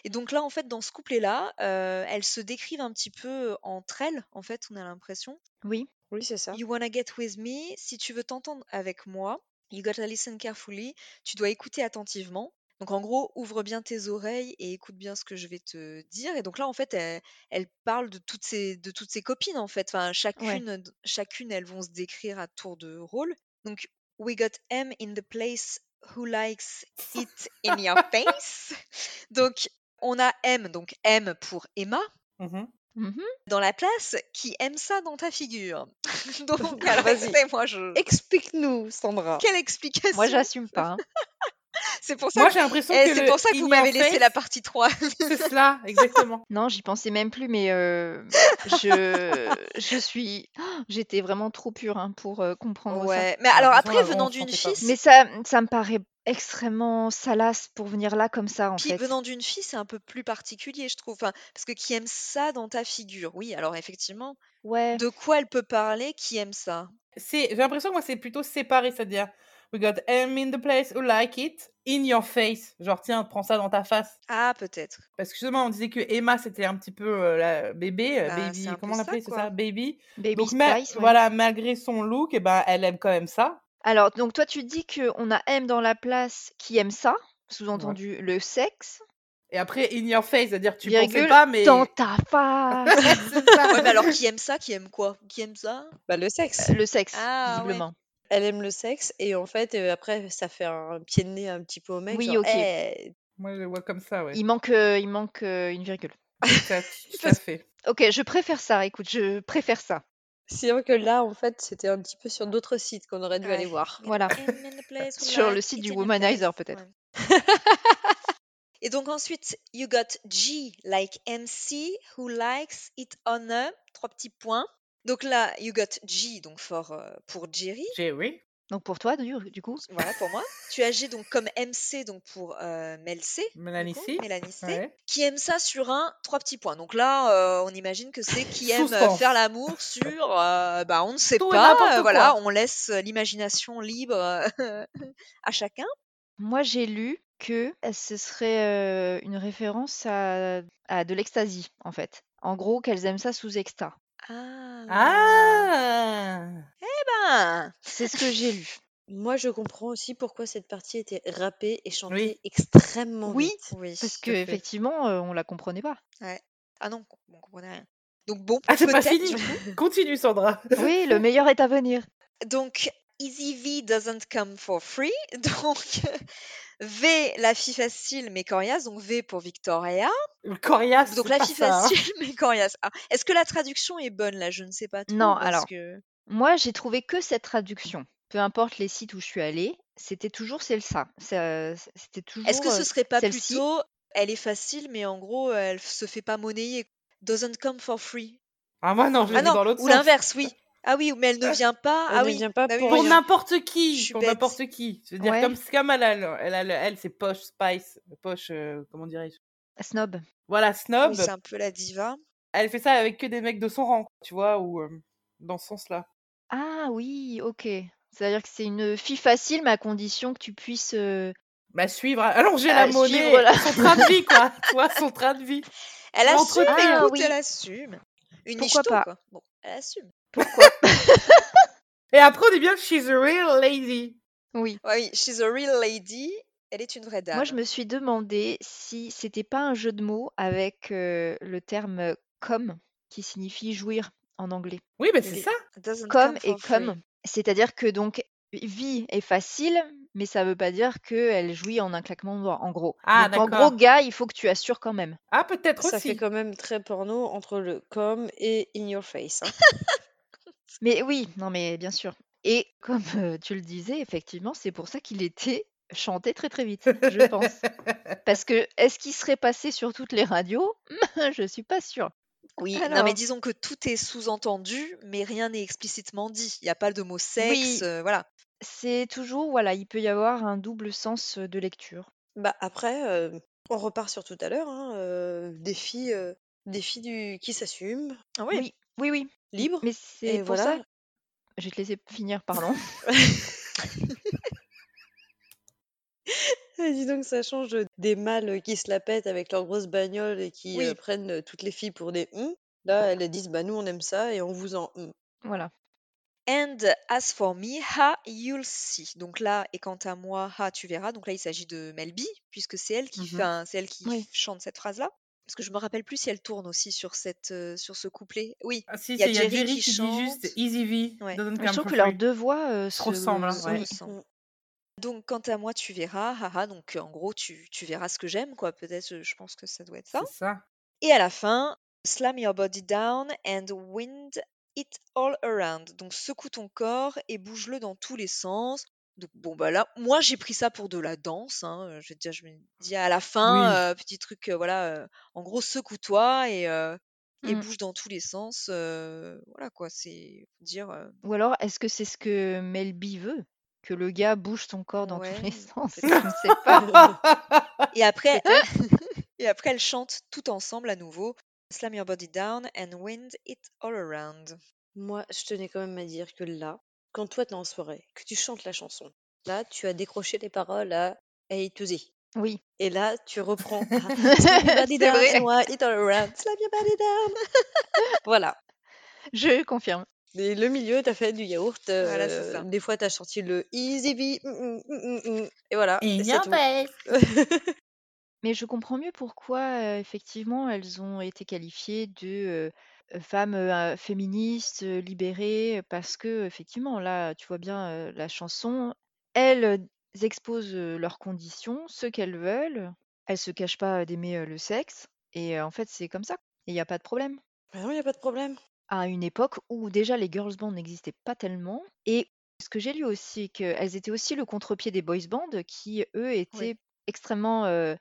S4: Et donc là, en fait, dans ce couplet-là, euh, elles se décrivent un petit peu entre elles, en fait, on a l'impression.
S1: Oui.
S2: Oui, c'est ça.
S4: You wanna get with me, si tu veux t'entendre avec moi, you gotta listen carefully, tu dois écouter attentivement. Donc en gros, ouvre bien tes oreilles et écoute bien ce que je vais te dire. Et donc là, en fait, elle, elle parle de toutes ses, de toutes ses copines, en fait. Enfin, chacune, d- chacune, elles vont se décrire à tour de rôle. Donc, we got M in the place who likes it in your face. Donc, on a M, donc M pour Emma,
S3: Mhm.
S1: Mhm.
S4: dans la place qui aime ça dans ta figure. Donc,
S2: Ah,
S4: alors,
S2: vas-y.
S4: écoutez-moi, je...
S2: Explique-nous, Sandra.
S4: quelle explication
S1: Moi, j'assume pas. hein.
S4: C'est pour ça
S3: Moi,
S4: que,
S3: j'ai l'impression
S4: eh,
S3: que
S4: c'est
S3: le
S4: pour ça que vous
S3: in
S4: m'avez
S3: your
S4: laissé
S3: face,
S4: la partie 3.
S3: C'est cela, exactement.
S1: Non, j'y pensais même plus, mais euh, je, je suis. J'étais vraiment trop pure hein, pour euh, comprendre ça.
S4: ouais, mais
S3: Ah,
S4: alors
S3: de toute
S4: après,
S3: façon, avant, on
S4: venant d'une
S3: chantait pas.
S4: fille,
S1: Mais ça, mmh, ça me paraît extrêmement salace pour venir là comme ça, en
S4: Puis
S1: fait.
S4: venant d'une fille, c'est un peu plus particulier, je trouve. Enfin, parce que qui aime ça dans ta figure Oui, alors effectivement,
S1: Ouais.
S4: de quoi elle peut parler qui aime ça
S3: C'est, j'ai l'impression que moi, c'est plutôt séparé, c'est-à-dire, we got him in the place who like it, in your face. Genre, tiens, prends ça dans ta face.
S4: Ah, peut-être.
S3: Parce que justement, on disait que Emma, c'était un petit peu euh, la bébé, euh,
S4: Bah,
S3: baby,
S4: c'est un peu
S3: comment on
S4: ça,
S3: l'appelait, c'est
S4: quoi.
S3: ça, baby.
S1: Baby
S3: Donc, ma-
S1: Spice. ouais.
S3: voilà, malgré son look, eh ben, elle aime quand même ça.
S1: Alors, donc toi, tu dis qu'on a M dans la place qui aime ça, sous-entendu le sexe,
S3: Et après, in your face, c'est-à-dire, tu pensais
S1: virgule,
S3: pas, mais.
S1: dans ta face.
S3: C'est ça.
S4: Ouais, mais alors qui aime ça Qui aime quoi Qui aime ça
S2: Bah, le sexe.
S1: Euh, le sexe,
S4: Ah, ouais.
S1: visiblement.
S2: elle aime le sexe et en fait euh, après ça fait un pied de nez un petit peu au mec
S1: Oui,
S2: genre
S1: ok.
S2: Eh,
S3: Moi, je le vois comme ça, ouais.
S1: Il manque, euh, il manque euh, une virgule.
S3: Tout à, tout à fait.
S1: Ok, je préfère ça. Écoute, je préfère ça.
S2: C'est vrai que là, en fait, c'était un petit peu sur d'autres sites qu'on aurait dû
S4: Ouais.
S2: aller voir.
S1: Voilà. Sur le site du Womanizer, peut-être.
S4: Et donc ensuite, you got G like MC who likes it on a trois petits points. Donc là, you got G donc for, euh, pour Jerry,
S3: J'ai oui.
S1: Donc pour toi, du, du coup,
S4: voilà pour moi. tu as G donc comme MC donc pour euh, Mel C,
S3: Mélanie
S4: du coup,
S3: C.
S4: Mélanie C,
S3: Ouais.
S4: qui aime ça sur un trois petits points. Donc là, euh, on imagine que c'est qui aime euh,
S3: Sous-sens.
S4: faire l'amour sur, euh, bah on ne sait
S3: Tout et n'importe
S4: pas, euh,
S3: quoi.
S4: voilà, on laisse euh, l'imagination libre euh, à chacun.
S1: moi j'ai lu que ce serait euh, une référence à, à de l'extasie, en fait. En gros, qu'elles aiment ça sous exta.
S4: Ah.
S3: Ah
S4: ben.
S1: C'est ce que j'ai lu.
S2: Moi, je comprends aussi pourquoi cette partie était rappée et chantée
S3: Oui.
S2: extrêmement
S1: Oui,
S2: vite.
S4: Oui.
S1: Parce
S2: Tout
S1: que
S2: à fait.
S1: effectivement, euh, on la comprenait pas.
S4: Ah non, on comprenait rien. Donc bon,
S3: Ah, c'est pas
S4: peut-être,
S3: fini.
S4: du
S3: Continue, Sandra.
S1: Oui, le meilleur est à venir.
S4: Donc, Easy V doesn't come for free. Donc, V, la fille facile mais coriace. Donc, V pour Victoria.
S3: Coriace.
S4: Donc,
S3: c'est
S4: la
S3: pas
S4: fille
S3: ça, hein.
S4: facile mais coriace. Ah, Est-ce que la traduction est bonne là Je ne sais pas. Trop,
S1: Non,
S4: parce
S1: alors.
S4: que-
S1: Moi, j'ai trouvé que cette traduction. Peu importe les sites où je suis allée, c'était toujours celle-ça. Ça- C'était toujours.
S4: Est-ce que
S1: euh,
S4: ce serait pas
S1: celle-ci-
S4: plutôt. Elle est facile, mais en gros, elle f- se fait pas monnayer. Doesn't come for free.
S3: Ah, moi, non, je l'ai
S4: Ah
S3: dit dans
S4: non,
S3: l'autre
S4: ou
S3: sens.
S4: l'inverse, oui. Ah oui, mais elle ne vient pas.
S2: Elle
S4: ah
S2: ne
S4: oui.
S2: vient pas
S4: bah oui,
S2: pour
S4: oui,
S3: Pour
S4: oui.
S3: n'importe
S4: Je
S3: qui,
S4: suis
S3: pour
S4: bête.
S3: n'importe qui. Je veux dire,
S1: Ouais.
S3: comme Scam, elle, a le- elle, a le- elle, c'est poche Spice, poche, euh, comment dirais-je
S1: Snob.
S3: Voilà, snob.
S4: Oui, c'est un peu la diva.
S3: elle fait ça avec que des mecs de son rang, tu vois, ou euh, dans ce sens-là.
S1: Ah oui, ok. C'est-à-dire que c'est une fille facile, mais à condition que tu puisses. euh,
S3: Bah, suivre, allonger
S1: Ah,
S3: la monnaie,
S1: suivre la-
S3: son train de vie, quoi. tu vois, son train de vie.
S4: Elle assume,
S3: L'entretien.
S1: Ah,
S4: écoute,
S1: oui.
S4: elle assume. Une
S1: Pourquoi
S4: nicheto,
S1: pas.
S4: quoi. Bon, elle assume.
S1: Pourquoi
S3: Et après, on dit bien, she's a real lady.
S1: Oui.
S4: Ouais, Oui, she's a real lady. Elle est une vraie dame.
S1: Moi, je me suis demandé si c'était pas un jeu de mots avec euh, le terme comme, qui signifie jouir en anglais.
S3: Oui, mais c'est
S4: Oui.
S3: ça.
S4: Doesn't
S1: comme
S4: come
S1: et
S4: for free.
S1: comme. C'est-à-dire que donc vie est facile, mais ça veut pas dire qu'elle jouit en un claquement de doigts, en gros.
S3: Ah,
S1: donc en
S3: d'accord.
S1: gros, gars, il faut que tu assures quand même.
S3: Ah, peut-être
S2: Ça fait
S3: aussi.
S2: quand même très porno entre le com et in your face. hein.
S1: Mais oui, non mais bien sûr. Et comme euh, tu le disais, effectivement, c'est pour ça qu'il était chanté très très vite, je pense. Parce que est-ce qu'il serait passé sur toutes les radios Je suis pas sûre.
S4: Oui, Ah non,
S1: Alors.
S4: mais disons que tout est sous-entendu, mais rien n'est explicitement dit. Il n'y a pas de mot sexe,
S1: Oui.
S4: euh, voilà.
S1: C'est toujours, voilà, il peut y avoir un double sens euh, de lecture.
S2: Bah après, euh, on repart sur tout à l'heure, hein, euh, des filles, euh, des filles du... qui s'assument,
S4: Ah oui.
S1: Oui, oui, oui.
S2: libres.
S1: Mais
S2: Et
S1: c'est pour
S2: voilà.
S1: ça. Je vais te laisser finir, pardon.
S2: Et dis donc, ça change des mâles qui se la pètent avec leurs grosses bagnoles et qui
S4: Oui.
S2: euh, prennent euh, toutes les filles pour des hum. Là, elles disent, bah nous on aime ça et on vous en hum.
S1: Voilà.
S4: And as for me, ha, you'll see. Donc là, et quant à moi, ha, tu verras. Donc là, il s'agit de Melby, puisque c'est elle qui,
S3: Mhm.
S4: fait un- c'est elle qui
S1: Mmh Oui.
S4: chante cette phrase-là. Parce que je me rappelle plus si elle tourne aussi sur, cette, euh, sur ce couplet. Oui,
S3: Ah, si,
S4: Il y a
S3: c'est- il y a
S4: Jerry
S3: Jerry
S4: qui
S3: qui
S4: chante.
S3: dit juste Easy V.
S4: Ouais.
S3: doesn't
S1: Mais je
S3: come
S1: trouve
S3: for
S1: que leurs
S3: free.
S1: deux voix euh,
S3: Se ressemblent, hein,
S1: se-
S4: ça
S3: ouais.
S1: oui.
S4: ressemble.
S2: Mm.
S4: Donc, quant à moi, tu verras, haha, donc euh, en gros, tu, tu verras ce que j'aime, quoi. Peut-être, euh, je pense que ça doit être ça.
S3: C'est ça.
S4: Et à la fin, slam your body down and wind it all around. Donc, secoue ton corps et bouge-le dans tous les sens. Donc, bon, bah là, moi, j'ai pris ça pour de la danse. hein, euh, Je veux dire, je me dis à la fin,
S3: Oui.
S4: euh, petit truc, euh, voilà, euh, en gros, secoue-toi et, euh, et
S1: Mm.
S4: bouge dans tous les sens. euh, voilà, quoi, c'est dire. euh,
S1: Ou alors, est-ce que c'est ce que Melby veut Que le gars bouge son corps dans tous
S4: Ouais,
S1: les sens Je
S4: peut-être.
S1: ne sais pas.
S4: Et après, et après, elles chantent tout ensemble à nouveau. Slam your body down and wind it all around.
S2: Moi, je tenais quand même à dire que là, quand toi t'es en soirée, que tu chantes la chanson, là tu as décroché les paroles à Hey to Thee.
S1: Oui.
S2: Et là, tu reprends. Ah, à Slam your
S1: c'est
S2: body down,
S1: vrai.
S2: and wind it all around. Slam your body down. voilà.
S1: Je confirme.
S2: Et le milieu, t'as fait du yaourt.
S4: Voilà, c'est
S2: euh,
S4: ça.
S2: des fois, t'as sorti le easy bee. mm, mm, mm, mm, mm, et voilà. Et c'est tout.
S1: Mais je comprends mieux pourquoi, euh, effectivement, elles ont été qualifiées de euh, femmes euh, féministes, euh, libérées, parce que, effectivement, là, tu vois bien euh, la chanson, elles euh, exposent euh, leurs conditions, ce qu'elles veulent, elles se cachent euh, pas d'aimer euh, le sexe, et euh, en fait, c'est comme ça. Il n'y a pas de problème.
S2: Bah non, y a pas de problème.
S1: à une époque où déjà les girls bands n'existaient pas tellement. Et ce que j'ai lu aussi, qu'elles étaient aussi le contre-pied des boys bands qui, eux, étaient extrêmement euh,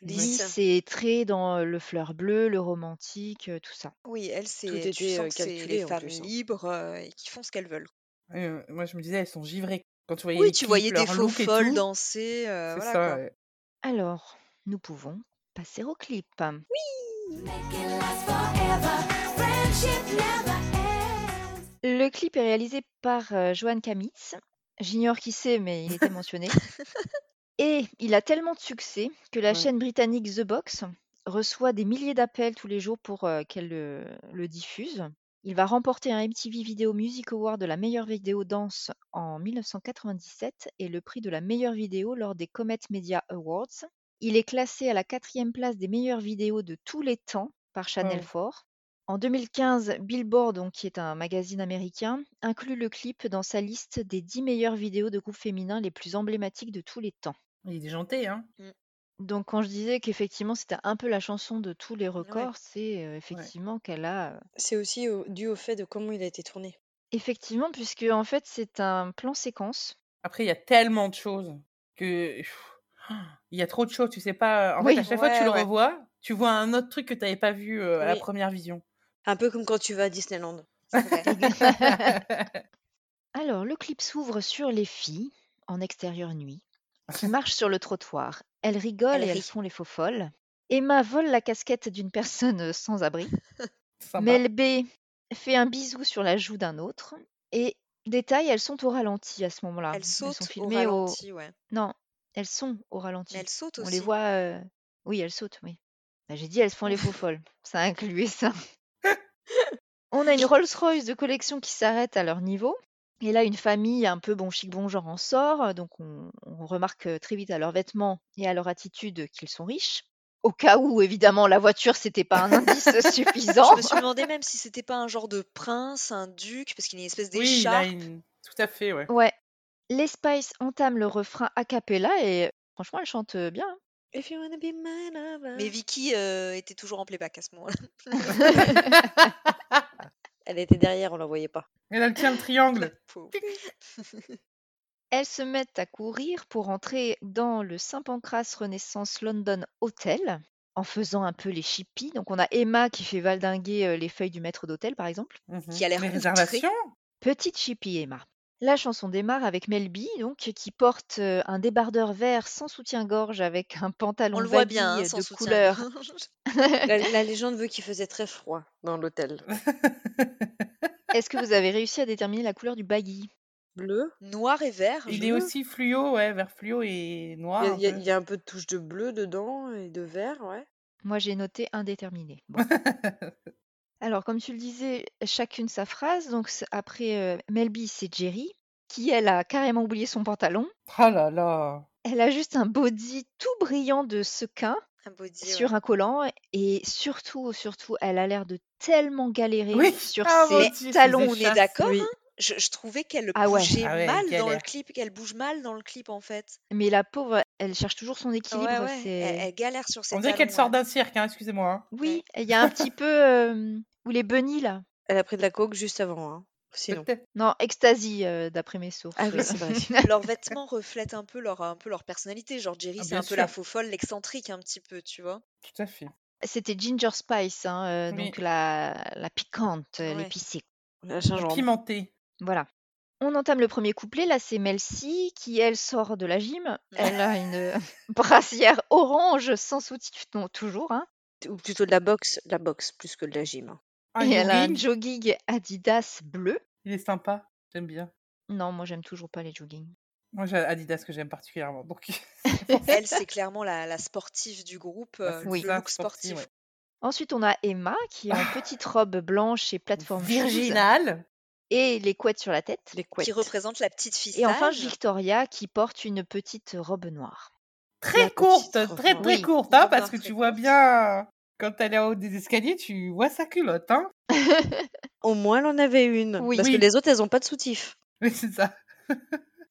S2: Lisse.
S1: lisses et très dans le fleur bleue, le romantique, euh, tout ça.
S4: Oui, elles, c'est
S2: était,
S4: tu sens
S2: euh,
S4: que c'est les
S2: calculé, en
S4: femmes
S2: plus, hein.
S4: libres euh, et qui font ce qu'elles veulent.
S3: Euh, moi, je me disais, elles sont givrées. Quand tu voyais
S4: Oui,
S3: les
S4: tu
S3: clips,
S4: voyais des
S3: leur
S4: faux
S3: look et
S4: folles
S3: tout,
S4: danser, euh,
S3: c'est
S4: voilà
S3: ça.
S4: quoi.
S3: euh.
S1: Alors, nous pouvons passer au clip.
S5: Make it last forever. Friendship never ends.
S1: Le clip est réalisé par euh, Johan Camis. J'ignore qui c'est, mais il était mentionné. Et il a tellement de succès que la
S3: Ouais.
S1: chaîne britannique The Box reçoit des milliers d'appels tous les jours pour euh, qu'elle le, le diffuse. Il va remporter un MTV Video Music Award de la meilleure vidéo danse en 1997 et le prix de la meilleure vidéo lors des Comet Media Awards. Il est classé à la quatrième place des meilleures vidéos de tous les temps par Channel
S3: Wow.
S1: 4. En 2015, Billboard, donc, qui est un magazine américain, inclut le clip dans sa liste des 10 meilleures vidéos de groupes féminins les plus emblématiques de tous les temps.
S3: Il est déjanté, hein.
S1: Donc quand je disais qu'effectivement c'était un peu la chanson de tous les records, c'est euh, effectivement qu'elle a... euh,
S2: C'est aussi au- dû au fait de comment il a été tourné.
S1: Effectivement, puisque en fait c'est un plan séquence.
S3: Après, il y a tellement de choses que. pff, Il y a trop de choses, tu sais pas. En
S1: Oui.
S3: fait, à chaque fois que tu
S4: Ouais,
S3: le
S4: ouais.
S3: revois, tu vois un autre truc que tu n'avais pas vu euh, à la
S2: Oui.
S3: première vision.
S2: Un peu comme quand tu vas à Disneyland.
S4: C'est vrai.
S1: Alors le clip s'ouvre sur les filles, en extérieure nuit, qui marchent sur le trottoir. Elles rigolent
S2: Elle
S1: et elles
S2: rit.
S1: font les faux folles. Emma vole la casquette d'une personne euh, sans abri.
S3: Sympa.
S1: Mel B fait un bisou sur la joue d'un autre. Et détail, elles sont au ralenti à ce moment-là.
S4: Elles
S1: Elles sont
S4: sautent au
S1: filmées au...
S4: ralenti, ouais.
S1: Non, elles sont au
S4: Mais
S1: ralenti.
S4: elles sautent
S1: On les
S4: aussi.
S1: voit. euh, Oui, elles sautent, oui. Bah, J'ai dit, elles font les faux folles. Ça a inclué ça. On a une Rolls-Royce de collection qui s'arrête à leur niveau. Et là, une famille un peu bon chic, bon genre en sort. Donc, on, on remarque euh, très vite à leurs vêtements et à leur attitude qu'ils sont riches. Au cas où, évidemment, la voiture, c'était pas un indice suffisant.
S4: Je me suis demandé même si c'était pas un genre de prince, un duc, parce qu'il y a une espèce
S3: Oui, il a
S4: d'écharpe.
S3: une- Tout à fait, ouais.
S1: Ouais. Les Spice entament le refrain a cappella et franchement, elles chantent euh, bien.
S2: If you wanna be my lover.
S4: Mais Vicky euh, était toujours en playback à ce moment-là.
S2: Elle était derrière, on la voyait pas.
S3: Elle a le tien le triangle.
S4: Pauvre.
S1: Elles se mettent à courir pour entrer dans le Saint Pancras Renaissance London Hotel en faisant un peu les chippies. Donc on a Emma qui fait valdinguer euh, les feuilles du maître d'hôtel par exemple.
S3: Mhm.
S4: Qui a l'air
S3: Les
S4: outrée.
S3: réservations
S1: Petite chippie Emma. La chanson démarre avec Melby donc qui porte euh, un débardeur vert sans soutien-gorge avec un pantalon
S4: On le voit
S1: baggy
S4: bien, hein,
S1: euh,
S4: sans
S1: de
S4: soutien.
S1: couleur.
S2: La, la légende veut qu'il faisait très froid dans l'hôtel.
S1: Est-ce que vous avez réussi à déterminer la couleur du baggy
S2: Bleu.
S4: Noir et vert.
S3: Il
S4: je-
S3: est
S2: Bleu.
S3: aussi fluo, ouais, vert fluo et
S2: Il y,
S3: noir
S2: a-
S3: un
S2: il y a-
S3: peu.
S2: il y a un peu de touche de bleu dedans et de vert, ouais.
S1: Moi j'ai noté indéterminé. Bon. Alors, comme tu le disais, chacune sa phrase. Donc, c'est- après euh, Melby, c'est Jerry, qui, elle, a carrément oublié son pantalon.
S3: Ah là là.
S1: Elle a juste un body tout brillant de sequin
S4: Un body, ouais.
S1: sur un collant. Et surtout, surtout, elle a l'air de tellement galérer
S3: Oui.
S1: sur
S3: Ah, mon
S1: ses
S3: Dieu, ces
S1: talons.
S4: On est
S3: échasses.
S4: d'accord,
S2: Oui.
S4: hein je, je trouvais qu'elle
S1: Ah ouais.
S4: bougeait
S3: Ah ouais, elle
S4: mal dans le
S3: galère.
S4: clip, qu'elle bouge mal dans le clip en fait.
S1: Mais la pauvre, elle cherche toujours son
S4: Ouais,
S1: équilibre.
S4: ouais, elle,
S1: Ah C'est
S4: elle galère sur ses
S3: On dirait qu'elle
S4: talons.
S3: sort
S4: ouais.
S3: d'un cirque, hein, excusez-moi. hein.
S1: Oui, il y a un petit peu... euh, ou les bunnies, là.
S2: Elle a pris de la coke juste avant, hein. Sinon.
S3: Peut-être.
S1: Non, ecstasy, euh, d'après mes sources.
S2: Ah oui,
S1: euh.
S2: c'est vrai.
S4: Leurs vêtements reflètent un peu leur, un peu leur personnalité. Genre Jerry,
S3: Ah,
S4: c'est
S3: bien
S4: un peu la
S3: sûr.
S4: faux folle, l'excentrique un petit peu, tu vois.
S3: Tout à fait.
S1: C'était Ginger Spice, hein, euh,
S3: Oui.
S1: donc la, la piquante, euh,
S4: Ouais.
S1: l'épicée.
S2: La
S3: La
S2: gingembre.
S3: pimentée.
S1: Voilà. On entame le premier couplet. Là, c'est Melcy qui, elle, sort de la gym. Elle a une euh, brassière orange sans sous-titres, toujours. hein.
S2: Ou plutôt de la boxe. La boxe, plus que de la gym. hein.
S3: Un
S1: Et elle a un
S3: yogourt.
S1: jogging Adidas bleu.
S3: Il est sympa. J'aime bien.
S1: Non, moi, j'aime toujours pas les joggings.
S3: Moi, j'ai Adidas que j'aime particulièrement. Donc,
S4: Elle, c'est clairement la, la sportive du groupe,
S3: Bah,
S4: euh,
S3: c'est
S1: Oui.
S4: le
S3: ça,
S4: look
S3: sportif,
S4: sportif.
S3: ouais.
S1: Ensuite, on a Emma qui est en petite robe blanche et plateforme shoes
S3: Virginal.
S1: et les couettes sur la tête.
S2: Les couettes.
S4: qui représente la petite fille
S1: Et enfin,
S4: sage.
S1: Victoria qui porte une petite robe noire.
S3: Très
S2: La
S3: courte.
S2: petite robe
S3: Très,
S2: noire.
S3: très
S1: Oui.
S3: courte.
S4: Robe
S3: hein, parce
S4: noire
S3: que
S4: très
S3: tu vois
S4: courte.
S3: bien. Quand elle est en haut des escaliers, tu vois sa culotte. Hein
S2: Au moins, elle en avait une.
S1: Oui.
S2: Parce
S3: Oui.
S2: que les autres, elles ont pas de soutif.
S3: oui, c'est ça.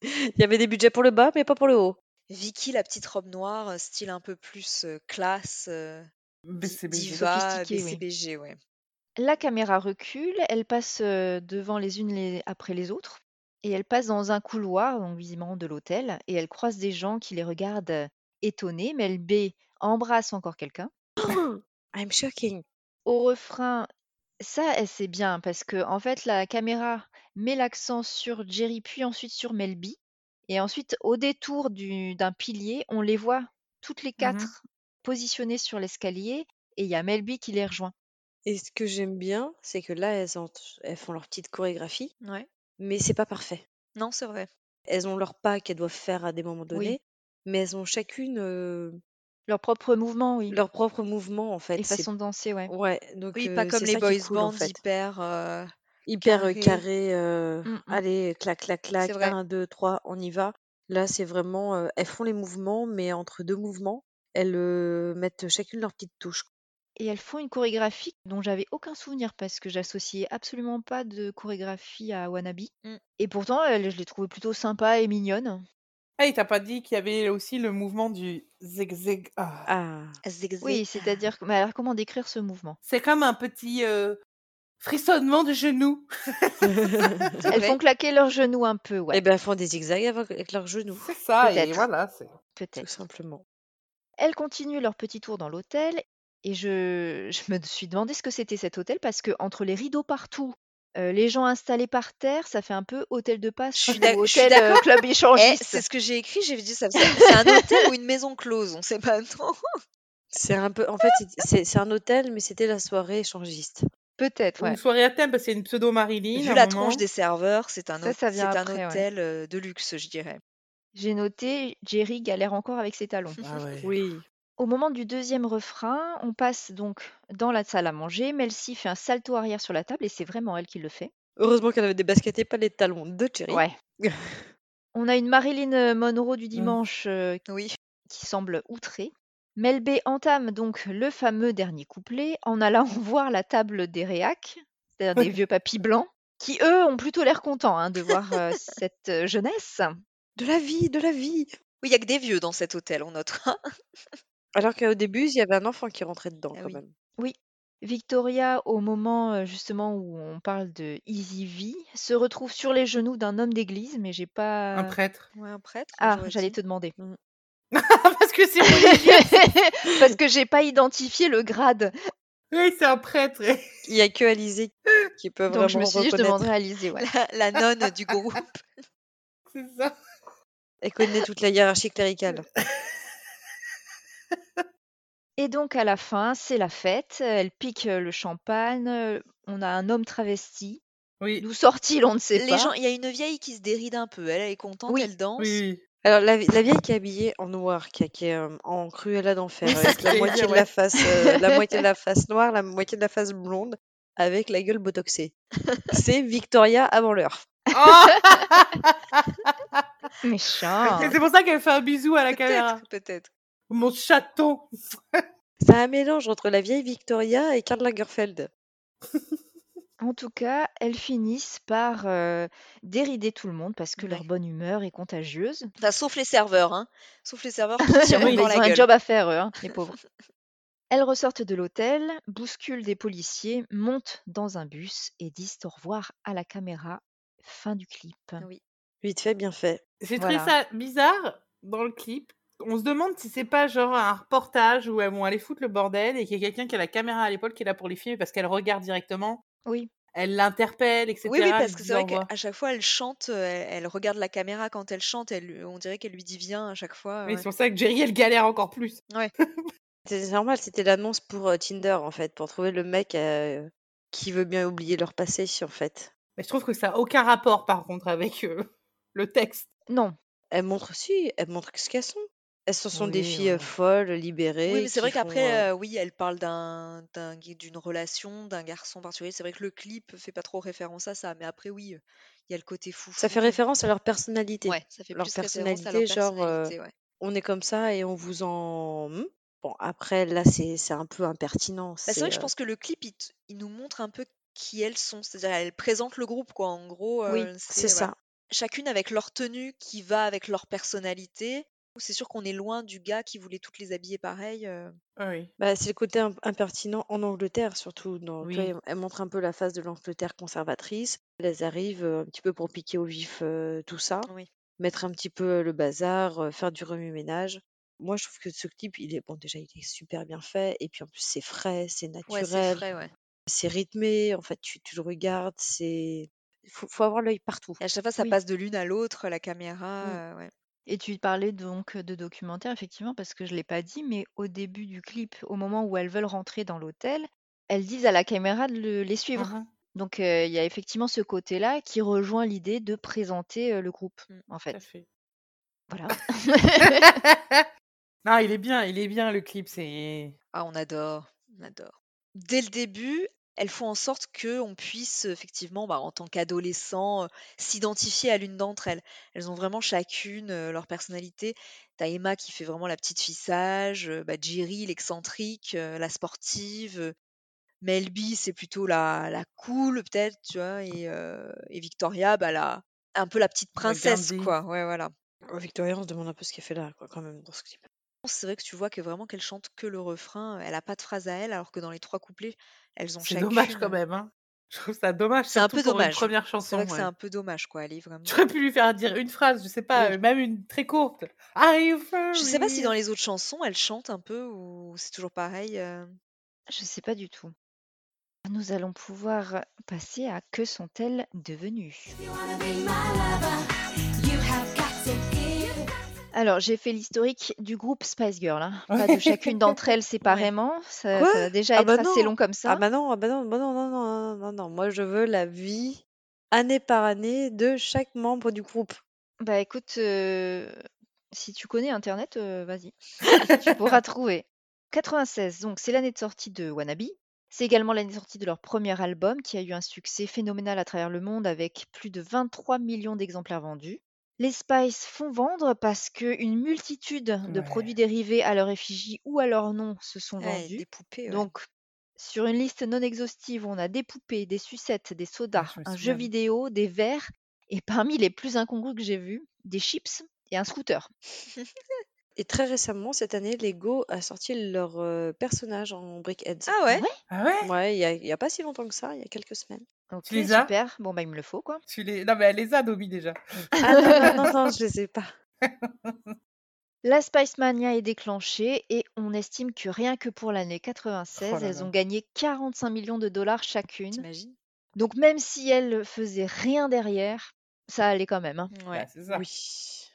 S2: Il y avait des budgets pour le bas, mais pas pour le haut.
S4: Vicky, la petite robe noire, euh, style un peu plus euh, classe, euh, di-
S3: BCBG.
S4: diva,
S1: Sophistiqué, oui.
S4: BCBG, ouais.
S1: La caméra recule, elle passe euh, devant les unes les- après les autres, et elle passe dans un couloir, donc visiblement de l'hôtel, et elle croise des gens qui les regardent euh, étonnés. Mel B embrasse encore quelqu'un.
S2: I'm shocking.
S1: Au refrain, ça, eh, c'est bien, parce que en fait, la caméra met l'accent sur Jerry, puis ensuite sur Mel B, et ensuite, au détour du- d'un pilier, on les voit toutes
S2: Mmh
S1: les
S3: Mhm.
S1: quatre positionnées sur l'escalier, et il y a Mel B qui les rejoint.
S2: Et ce que j'aime bien, c'est que là, elles, ont- elles font leur petite chorégraphie,
S4: Ouais.
S2: mais c'est pas parfait.
S4: Non, c'est vrai.
S2: Elles ont leur pas qu'elles doivent faire à des moments
S1: Oui.
S2: donnés, mais elles ont chacune euh,
S1: Leur propre mouvement, oui.
S2: leur propre mouvement en fait.
S1: Et
S2: C'est
S1: façon de danser, ouais.
S2: ouais, donc
S4: Oui, pas
S2: euh,
S4: comme
S2: c'est
S4: les
S2: ça qui est
S4: boys
S2: cool en
S4: bands
S2: fait.
S4: hyper. euh,
S2: Hyper euh,
S4: carré.
S2: carré, euh,
S1: Mm, mm.
S2: allez, clac, clac,
S4: C'est
S2: clac,
S4: vrai.
S2: 1, 2, 3, on y va. Là, c'est vraiment, euh, elles font les mouvements, mais entre deux mouvements, elles euh, mettent chacune leur petite touche.
S1: Et elles font une chorégraphie dont j'avais aucun souvenir parce que j'associais absolument pas de chorégraphie à Wannabe.
S4: Mm.
S1: Et pourtant, elle- je l'ai trouvée plutôt sympa et mignonne.
S3: Ah, et t'as pas dit qu'il y avait aussi le mouvement du zig zig. ah.
S2: Ah,
S1: Oui,
S4: Zigzag.
S1: c'est-à-dire que. Mais alors, comment décrire ce mouvement
S3: C'est comme un petit euh, frissonnement de genoux.
S4: C'est
S1: Elles
S4: vrai.
S1: font claquer leurs genoux un peu,
S2: Eh
S1: ouais,
S2: bien, elles font des zigzags avec, avec leurs genoux,
S3: C'est ça, et
S1: Peut-être.
S3: voilà. c'est-
S2: tout
S1: peut-être.
S2: simplement.
S1: Elles continuent leur petit tour dans l'hôtel et je, je me suis demandé ce que c'était cet hôtel parce que entre les rideaux partout, euh, les gens installés par terre, ça fait un peu hôtel de
S4: Je
S1: passe
S4: suis
S1: ou
S4: d'ac- je suis
S1: hôtel euh,
S4: d'accord.
S1: club
S4: Eh,
S1: échangiste.
S4: c'est ce que j'ai écrit. J'ai dit ça. faisait- C'est un hôtel ou une maison close. On sait pas trop.
S2: C'est un peu, en fait, c'est c'est- c'est un hôtel, mais c'était la soirée échangiste.
S1: Peut-être,
S3: Ou Une
S1: ouais.
S3: soirée à thème, parce qu'il y a une pseudo Marilyn à
S4: Vu
S3: un
S4: la
S3: moment.
S4: tronche des serveurs, c'est un,
S1: Ça,
S4: hôte-
S1: ça vient
S4: c'est un
S1: après, ouais.
S4: hôtel euh, de luxe, je dirais.
S1: J'ai noté, Jerry galère encore avec ses talons.
S3: Ah ouais.
S2: Oui.
S1: Au moment du deuxième refrain, on passe donc dans la salle à manger. Melcy fait un salto arrière sur la table et c'est vraiment elle qui le fait.
S2: Heureusement qu'elle avait des baskets et pas les talons de Thierry.
S1: Ouais. On a une Marilyn euh, Monroe du dimanche euh,
S4: Oui.
S1: qui semble outrée. Melbé entame donc le fameux dernier couplet en allant voir la table des réacs, c'est-à-dire des vieux papis blancs, qui eux ont plutôt l'air contents hein, de voir euh, cette euh, jeunesse.
S2: De la vie, de la vie.
S4: Oui, il y a que des vieux dans cet hôtel, on notera.
S2: Alors qu'au début, il y avait un enfant qui rentrait dedans
S4: Ah
S2: quand
S4: oui.
S2: même.
S1: Oui. Victoria, au moment euh, justement où on parle de Easy V, se retrouve sur les genoux d'un homme d'église, mais j'ai
S4: Euh.
S3: Un
S1: pas.
S3: prêtre.
S4: Ouais, un prêtre, moi
S1: Ah,
S4: j'aurais
S1: j'allais
S4: dit.
S1: te demander.
S3: parce que c'est religieux.
S1: Parce que j'ai pas identifié le grade.
S3: Oui, c'est un prêtre.
S2: Il n'y a que Alizé qui peut
S1: Donc je me
S2: vraiment
S1: suis dit, je
S2: reconnaître.
S1: demanderai à Lizzie, ouais.
S4: La, la nonne du groupe.
S3: c'est ça.
S2: Elle connaît toute la hiérarchie cléricale.
S1: Et donc à la fin, c'est la fête, euh, elle pique euh, le champagne, euh, on a un homme travesti.
S3: Oui.
S1: D'où sort-il, on ne sait
S4: Les
S1: pas.
S4: gens, il y a une vieille qui se déride un peu. Elle, elle est contente,
S1: Oui.
S4: elle danse.
S3: Oui.
S2: Alors, la, vi- la vieille qui est habillée en noir, qui, a- qui est euh, en cruella d'enfer,
S3: Oui, c'est ce
S2: avec
S3: que
S2: la
S3: j'allais
S2: moitié,
S3: dire,
S2: de la,
S3: ouais.
S2: face, euh, la moitié de la face noire, la moitié de la face blonde, avec la gueule botoxée. C'est Victoria avant l'heure.
S3: Oh
S1: Méchant.
S3: Et c'est pour ça qu'elle fait un bisou à la caméra.
S4: Peut-être, peut-être.
S3: Mon chaton.
S2: C'est un mélange entre la vieille Victoria et Karl Lagerfeld.
S1: En tout cas, elles finissent par euh, dérider tout le monde parce que leur
S4: Ouais.
S1: bonne humeur est contagieuse.
S4: Enfin, sauf les serveurs, hein. Sauf les serveurs qui tirent
S3: Oui,
S1: Ils
S4: dans
S1: ont
S4: la
S1: un
S4: gueule.
S1: job à faire, eux, hein, les pauvres. Elles ressortent de l'hôtel, bousculent des policiers, montent dans un bus et disent au revoir à la caméra. Fin du clip.
S4: Oui.
S2: Vite fait, bien fait.
S3: J'ai
S1: Voilà.
S3: trouvé ça bizarre dans le clip. On se demande si c'est pas genre un reportage où elles vont aller foutre le bordel et qu'il y a quelqu'un qui a la caméra à l'épaule qui est là pour les filmer parce qu'elle regarde directement,
S1: Oui.
S3: elle l'interpelle, etc.
S4: Oui, oui,
S3: elle
S4: parce
S3: lui
S4: que
S3: dit
S4: c'est
S3: au
S4: vrai
S3: revoir.
S4: qu'à chaque fois, elle chante, euh, elle, elle regarde la caméra quand elle chante, elle, on dirait qu'elle lui dit viens à chaque
S3: Oui,
S4: fois. Ah, ouais.
S3: c'est pour ça que Jerry, elle galère encore plus.
S2: C'est normal, c'était l'annonce pour euh, Tinder, en fait, pour trouver le mec euh, qui veut bien oublier leur passé, en fait.
S3: Mais je trouve que ça n'a aucun rapport, par contre, avec euh, le texte.
S1: Non.
S2: Elle montre, si, elle montre ce qu'elles sont. Elles ce sont des
S1: Oui,
S2: filles
S1: ouais.
S2: euh, folles,
S4: Oui,
S2: libérées,
S4: mais c'est vrai
S2: qui font.
S4: qu'après, euh,
S2: euh,
S4: oui, elle parle d'un, d'un gui- d'une relation, d'un garçon particulier. C'est vrai que le clip fait pas trop référence à ça, mais après, oui, euh, il y a le côté fou.
S2: Ça fait référence à leur personnalité.
S4: Ouais, ça fait
S2: Leur
S4: plus référence à leur
S2: personnalité, genre, euh,
S4: personnalité, ouais. Bah,
S2: on est comme ça et on vous en. Hmm. Bon, après, là, c'est c'est un peu impertinent.
S4: Bah, c'est vrai
S2: C'est.
S4: que je
S2: euh,
S4: pense que le clip, il, t- il nous montre un peu qui elles sont. C'est-à-dire, elle présente le groupe, quoi. En gros,
S1: Oui,
S4: euh,
S2: C'est
S4: c'est voilà.
S2: ça.
S4: Chacune avec leur tenue qui va avec leur personnalité. C'est sûr qu'on est loin du gars qui voulait toutes les habiller pareil. euh.
S3: Ah oui.
S2: Bah, c'est le côté im- impertinent en Angleterre, surtout. Dans,
S3: Oui.
S2: tu vois, elle- elle montre un peu la face de l'Angleterre conservatrice. Elles arrivent euh, un petit peu pour piquer au vif euh, tout ça,
S4: Oui.
S2: mettre un petit peu le bazar, euh, faire du remue-ménage. Moi, je trouve que ce clip, il est bon. Déjà, il est super bien fait, et puis en plus, c'est frais, c'est
S4: Ouais, c'est
S2: naturel,
S4: frais, ouais.
S2: c'est rythmé. En fait, tu, tu le regardes, c'est. Faut, faut avoir l'œil partout.
S4: Et à chaque fois, ça
S1: Oui.
S4: passe de l'une à l'autre, la caméra.
S2: Mm.
S4: euh, ouais.
S1: Et tu parlais donc de documentaire, effectivement, parce que je ne l'ai pas dit, mais au début du clip, au moment où elles veulent rentrer dans l'hôtel, elles disent à la caméra de le- les suivre.
S3: Mhm,
S1: Donc euh, il y a effectivement ce côté-là qui rejoint l'idée de présenter euh, le groupe,
S4: Mm.
S1: en
S3: tout à
S1: fait.
S3: fait.
S1: Voilà.
S3: non, il est bien, il est bien le clip. C'est
S4: Ah, on adore, on adore. Dès le début, elles font en sorte que on puisse effectivement, bah, en tant qu'adolescent, euh, s'identifier à l'une d'entre elles. Elles ont vraiment chacune euh, leur personnalité. T'as Emma qui fait vraiment la petite fille sage, euh, bah, Jerry l'excentrique, euh, la sportive, euh, Melby c'est plutôt la, la cool peut-être, tu vois, et, euh, et Victoria, bah, la, un peu la petite
S3: la
S4: princesse
S3: guindée.
S4: quoi. Ouais, voilà.
S2: Ouais, Victoria, on se demande un peu ce qu'elle fait là, quoi, quand même, dans ce clip.
S4: C'est vrai que tu vois que vraiment qu'elle chante que le refrain, elle a pas de phrase à elle, alors que dans les trois couplets, elles ont
S3: C'est
S4: chacune.
S3: dommage quand même. hein. Je trouve ça dommage,
S4: euh. C'est un
S3: surtout
S4: peu
S3: pour une
S4: dommage.
S3: première
S4: C'est
S3: chanson.
S4: vrai que c'est
S3: ouais.
S4: un peu dommage, quoi. Elle est
S3: Tu
S4: vraiment.
S3: aurais pu lui faire dire une phrase, je sais pas,
S4: Oui.
S3: euh, même une très courte. Are you for
S4: Je sais pas si dans
S3: real?
S4: les autres chansons, elle chante un peu ou c'est toujours pareil. euh.
S1: Je ne sais pas du tout. Nous allons pouvoir passer à Que sont-elles devenues
S5: You wanna be my lover, you have got to give.
S1: Alors, j'ai fait l'historique du groupe Spice Girl, hein. pas de chacune d'entre elles
S4: Ouais.
S1: séparément. Ça,
S2: Quoi
S1: ça va déjà
S2: Ah
S1: être
S2: bah
S1: assez
S2: non
S1: long comme
S2: Ah
S1: ça.
S2: bah non, ah bah non, bah non, non, non, non, non, non. Moi, je veux la vie année par année de chaque membre du groupe.
S1: Bah écoute, euh, si tu connais Internet, euh, vas-y, tu pourras trouver. 96, donc c'est l'année de sortie de Wannabe. C'est également l'année de sortie de leur premier album qui a eu un succès phénoménal à travers le monde avec plus de 23 millions d'exemplaires vendus. Les Spice font vendre parce qu'une multitude de produits
S3: Ouais.
S1: dérivés à leur effigie ou à leur nom se sont
S4: Ouais,
S1: vendus.
S4: des poupées, ouais.
S1: Donc, sur une liste non exhaustive, on a des poupées, des sucettes, des
S3: Ah,
S1: sodas,
S3: je me
S1: un jeu
S3: souviens de
S1: vidéo, des verres, et parmi les plus incongrus que j'ai vus, des chips et un scooter.
S2: Et très récemment, cette année, Lego a sorti leur euh, personnage en Brickheads.
S4: Ah ouais?
S1: Ouais,
S3: Ah ouais?
S2: Ouais, il y a, il y a pas si longtemps que ça, il y a quelques semaines.
S1: ok,
S3: Tu les as?
S1: super. Bon, bah, il me le faut, quoi.
S3: Tu les... Non, mais elle les a, Dobby, déjà.
S2: Ah non, non, non, non, je les ai pas.
S1: La Spice Mania est déclenchée et on estime que rien que pour l'année
S3: Oh
S1: 96,
S3: là
S1: elles
S3: là.
S1: ont gagné 45 millions de dollars chacune.
S4: T'imagines?
S1: Donc, même si elles faisaient rien derrière, ça allait quand même. hein.
S3: Bah,
S4: Ouais.
S3: c'est ça.
S2: Oui.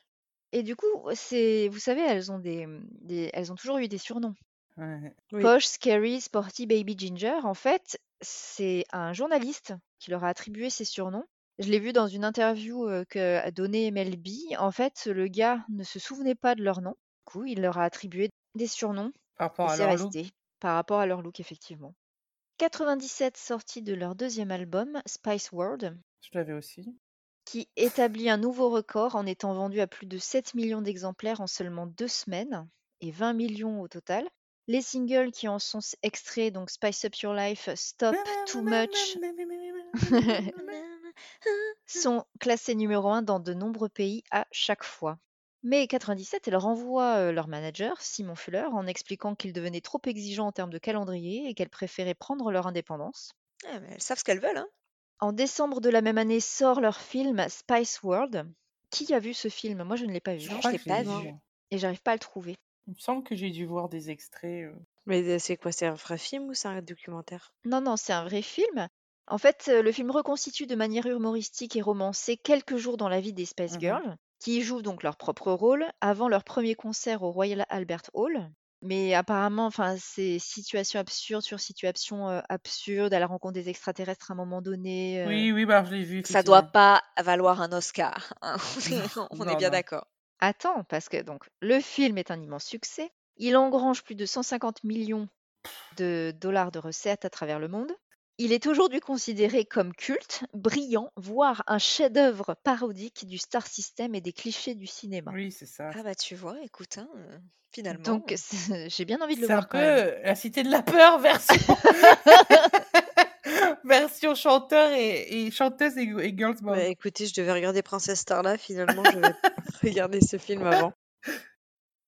S1: Et du coup, c'est, vous savez, elles ont des, des- elles ont toujours eu des surnoms.
S3: Ouais.
S2: Oui.
S1: Poche, Scary, Sporty, Baby Ginger, en fait, c'est un journaliste qui leur a attribué ces surnoms. Je l'ai vu dans une interview euh, que a donnée MLB. En fait, le gars ne se souvenait pas de leur nom. Du coup, il leur a attribué des surnoms
S3: Par
S1: et
S3: rapport à
S1: c'est
S3: leur look.
S1: resté par rapport à leur look, effectivement. 97 sortie de leur deuxième album, Spice World,
S3: Je l'avais aussi.
S1: qui établit un nouveau record en étant vendu à plus de 7 millions d'exemplaires en seulement deux semaines et 20 millions au total. Les singles qui en sont s- extraits, donc Spice Up Your Life,
S3: Mmh,
S1: Stop, Too Much,
S4: Nanana.
S1: sont classés numéro 1 dans de nombreux pays à chaque fois. Mais 97, elle renvoie euh, leur manager, Simon Fuller, en expliquant qu'il devenait trop exigeant en termes de calendrier et qu'elle préférait prendre leur indépendance.
S4: Ah, mais elles savent ce qu'elles veulent, hein.
S1: En décembre de la même année sort leur film Spice World. Qui a vu ce film Moi, je ne l'ai pas
S3: Je
S1: vu
S4: Non,
S3: crois
S4: je
S3: que
S4: l'ai
S3: je l'ai
S4: pas
S3: vu,
S4: vu.
S3: moi.
S1: et j'arrive pas à le trouver.
S3: Il me semble que j'ai dû voir des extraits. euh.
S2: Mais euh, c'est quoi? C'est un vrai film ou c'est un documentaire?
S1: Non, non, c'est un vrai film. En fait, euh, le film reconstitue de manière humoristique et romancée quelques jours dans la vie des Spice
S3: Mhm.
S1: Girls, qui y jouent donc leur propre rôle avant leur premier concert au Royal Albert Hall. Mais apparemment, enfin, c'est situation absurde sur situation euh, absurde, à la rencontre des extraterrestres à un moment donné. euh.
S3: Oui, oui, bah, je l'ai vu,
S4: Ça doit
S3: effectivement.
S4: pas valoir un Oscar. hein.
S3: Non,
S4: On est
S3: non,
S4: bien
S3: non.
S4: d'accord.
S1: Attends, parce que donc le film est un immense succès. Il engrange plus de 150 millions de dollars de recettes à travers le monde. Il est aujourd'hui considéré comme culte, brillant, voire un chef-d'œuvre parodique du star system et des clichés du cinéma.
S3: Oui, c'est ça.
S4: Ah bah tu vois, écoute, hein, euh, finalement.
S1: Donc c'est- j'ai bien envie de le
S3: C'est un
S1: voir
S3: peu
S1: quand même.
S3: la cité de la peur version version chanteur et, et chanteuse et, et girls
S2: Bah
S3: band.
S2: écoutez, je devais regarder Princesse Starla, finalement, je vais regarder ce film avant.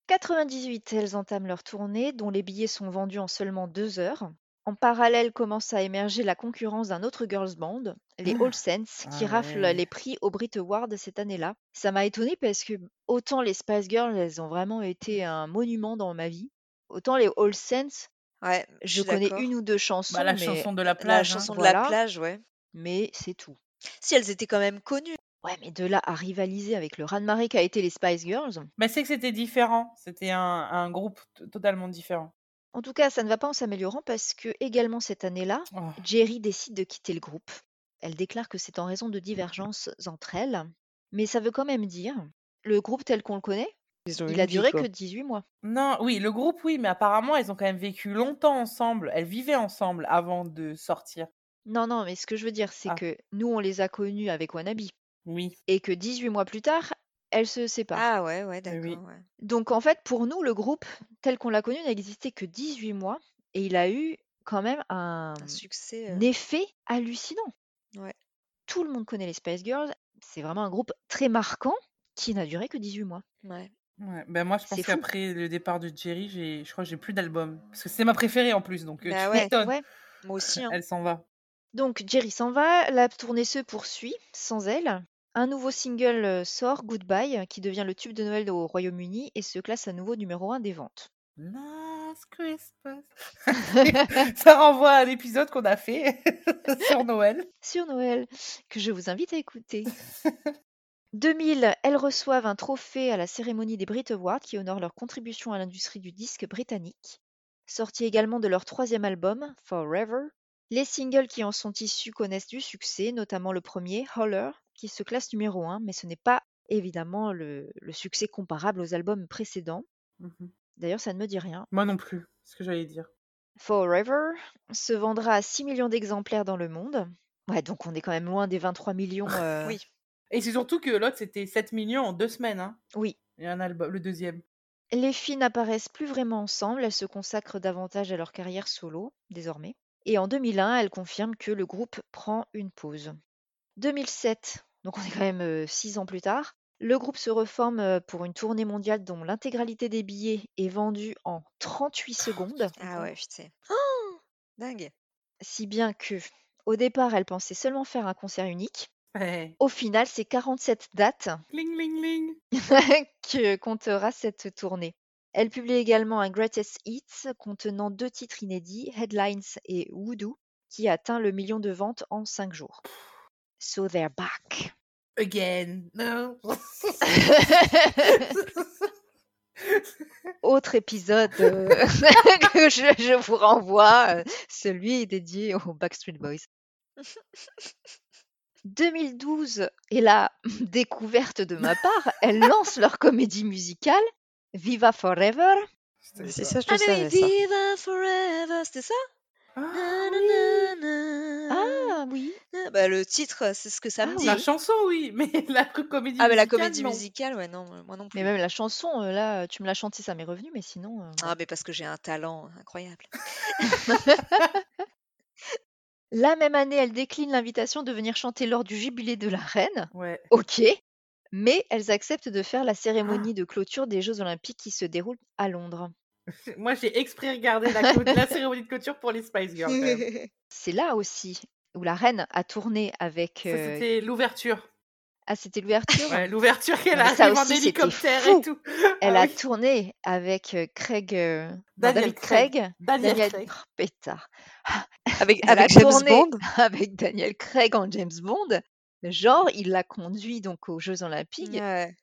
S1: 98, elles entament leur tournée, dont les billets sont vendus en seulement deux heures. En parallèle commence à émerger la concurrence d'un autre girls band, les All Saints, qui
S3: Ah
S1: raflent
S3: ouais.
S1: les prix au Brit Award cette année-là. Ça m'a étonnée parce que autant les Spice Girls, elles ont vraiment été un monument dans ma vie, autant les All Saints,
S4: Ouais,
S1: je
S4: suis
S1: connais
S4: d'accord.
S1: une ou deux chansons,
S3: Bah, la
S1: mais,
S3: chanson de la
S4: La
S3: plage. hein.
S4: chanson de
S1: Voilà.
S4: la plage, ouais.
S1: mais c'est tout.
S4: Si elles étaient quand même connues.
S1: Ouais, mais de là à rivaliser avec le raz-de-marée qu'a été les Spice Girls,
S3: Bah, c'est que c'était différent. C'était un, un groupe t- totalement différent.
S1: En tout cas, ça ne va pas en s'améliorant parce que, également cette année-là,
S3: Oh.
S1: Jerry décide de quitter le groupe. Elle déclare que c'est en raison de divergences entre elles, mais ça veut quand même dire le groupe tel qu'on le connaît,
S2: Ils ont
S1: il
S2: une
S1: a
S2: vie,
S1: duré
S2: quoi.
S1: que 18 mois.
S3: Non, oui, le groupe, oui, mais apparemment, elles ont quand même vécu longtemps ensemble. Elles vivaient ensemble avant de sortir.
S1: Non, non, mais ce que je veux dire, c'est
S3: Ah.
S1: que nous, on les a connues avec Wannabe
S3: Oui.
S1: et que 18 mois plus tard, elles se séparent.
S4: Ah ouais, ouais,
S3: Eh
S4: d'accord.
S3: oui.
S4: ouais.
S1: Donc en fait, pour nous, le groupe tel qu'on l'a connu n'a existé que 18 mois et il a eu quand même un
S4: Un succès. euh,
S1: effet hallucinant.
S4: Ouais.
S1: tout le monde connaît les Spice Girls. C'est vraiment un groupe très marquant qui n'a duré que 18 mois.
S4: ouais.
S3: Ouais. Ben, moi, je
S1: C'est
S3: pense
S1: fou.
S3: qu'après le départ de Jerry, j'ai- je crois que j'ai plus d'album. Parce que c'est ma préférée en plus, donc euh,
S4: Bah
S3: tu
S4: ouais.
S3: m'étonnes.
S1: Ouais.
S4: Moi aussi. hein.
S3: Elle s'en va.
S1: Donc Jerry s'en va, la tournée se poursuit sans elle. Un nouveau single euh, sort, Goodbye, qui devient le tube de Noël au Royaume-Uni et se classe à nouveau numéro 1 des ventes.
S3: Last Christmas. Ça renvoie à l'épisode qu'on a fait sur Noël.
S1: Sur Noël, que je vous invite à écouter. 2000, elles reçoivent un trophée à la cérémonie des Brit Awards qui honore leur contribution à l'industrie du disque britannique. Sorti également de leur troisième album, Forever, les singles qui en sont issus connaissent du succès, notamment le premier, Holler, qui se classe numéro 1, mais ce n'est pas évidemment le, le succès comparable aux albums précédents.
S3: Mhm.
S1: D'ailleurs, ça ne me dit rien.
S3: Moi non plus, c'est ce que j'allais dire.
S1: Forever se vendra à 6 millions d'exemplaires dans le monde. Ouais, donc on est quand même loin des 23 millions. euh,
S4: Oui.
S3: Et c'est surtout que l'autre, c'était 7 millions en deux semaines. Hein.
S1: oui.
S3: Et un album, le deuxième.
S1: Les filles n'apparaissent plus vraiment ensemble, elles se consacrent davantage à leur carrière solo, désormais. Et en 2001, elles confirment que le groupe prend une pause. 2007, donc on est quand même euh, six ans plus tard, le groupe se reforme euh, pour une tournée mondiale dont l'intégralité des billets est vendue en 38 secondes,
S4: Ah ouais, putain. Dingue.
S1: si bien que, au départ, elles pensaient seulement faire un concert unique.
S3: Ouais.
S1: Au final, c'est 47 dates
S3: Ling, ling, ling.
S1: que comptera cette tournée. Elle publie également un Greatest Hits contenant deux titres inédits, Headlines et Voodoo, qui atteint le million de ventes en cinq jours. So they're back.
S3: Again. No.
S1: Autre épisode euh, que je, je vous renvoie, euh, celui dédié aux Backstreet Boys. 2012 et la découverte de ma part, elles lancent leur comédie musicale Viva Forever
S2: C'est ça, je
S4: Ah
S2: le
S4: mais oui,
S2: savais, ça.
S4: Viva Forever, c'était ça
S3: Ah,
S4: Na, na,
S3: oui.
S4: na, na,
S1: Ah oui,
S4: na. Bah, le titre, c'est ce que ça
S1: Ah
S4: me
S1: oui.
S3: La
S4: dit.
S3: chanson, oui, mais la co- comédie
S4: Ah, mais la
S3: musicale,
S4: comédie
S3: non.
S4: musicale, ouais, non, moi non
S1: Mais
S4: plus.
S1: même la chanson, euh, là, tu me l'as chantée, ça m'est revenu, mais sinon. euh,
S4: Ah, mais parce que j'ai un talent incroyable.
S1: La même année, elle décline l'invitation de venir chanter lors du jubilé de la reine.
S3: Ouais.
S1: Ok. Mais elles acceptent de faire
S3: Ah.
S1: la cérémonie de clôture des Jeux Olympiques qui se déroulent à Londres.
S3: Moi, j'ai exprès regardé la, clo- la cérémonie de clôture pour les Spice Girls. quand même.
S1: C'est là aussi où la reine a tourné avec.
S3: Ça,
S1: euh,
S3: c'était l'ouverture.
S1: Ah, c'était l'ouverture
S3: Ouais, l'ouverture qu'elle
S1: mais ça
S3: arrive en
S1: aussi, c'était
S3: hélicoptère
S1: fou.
S3: et tout.
S1: Elle
S3: Ah
S1: a
S3: oui.
S1: tourné avec euh, Craig. euh, non,
S3: Daniel
S1: David
S3: Craig.
S1: Craig.
S3: Daniel
S1: Daniel.
S3: Craig.
S1: Oh, pétard.
S2: Avec,
S1: Elle a
S2: avec James
S1: tourné
S2: Bond
S1: avec Daniel Craig en James Bond. Genre, il l'a conduit donc aux Jeux Olympiques.
S4: Ouais.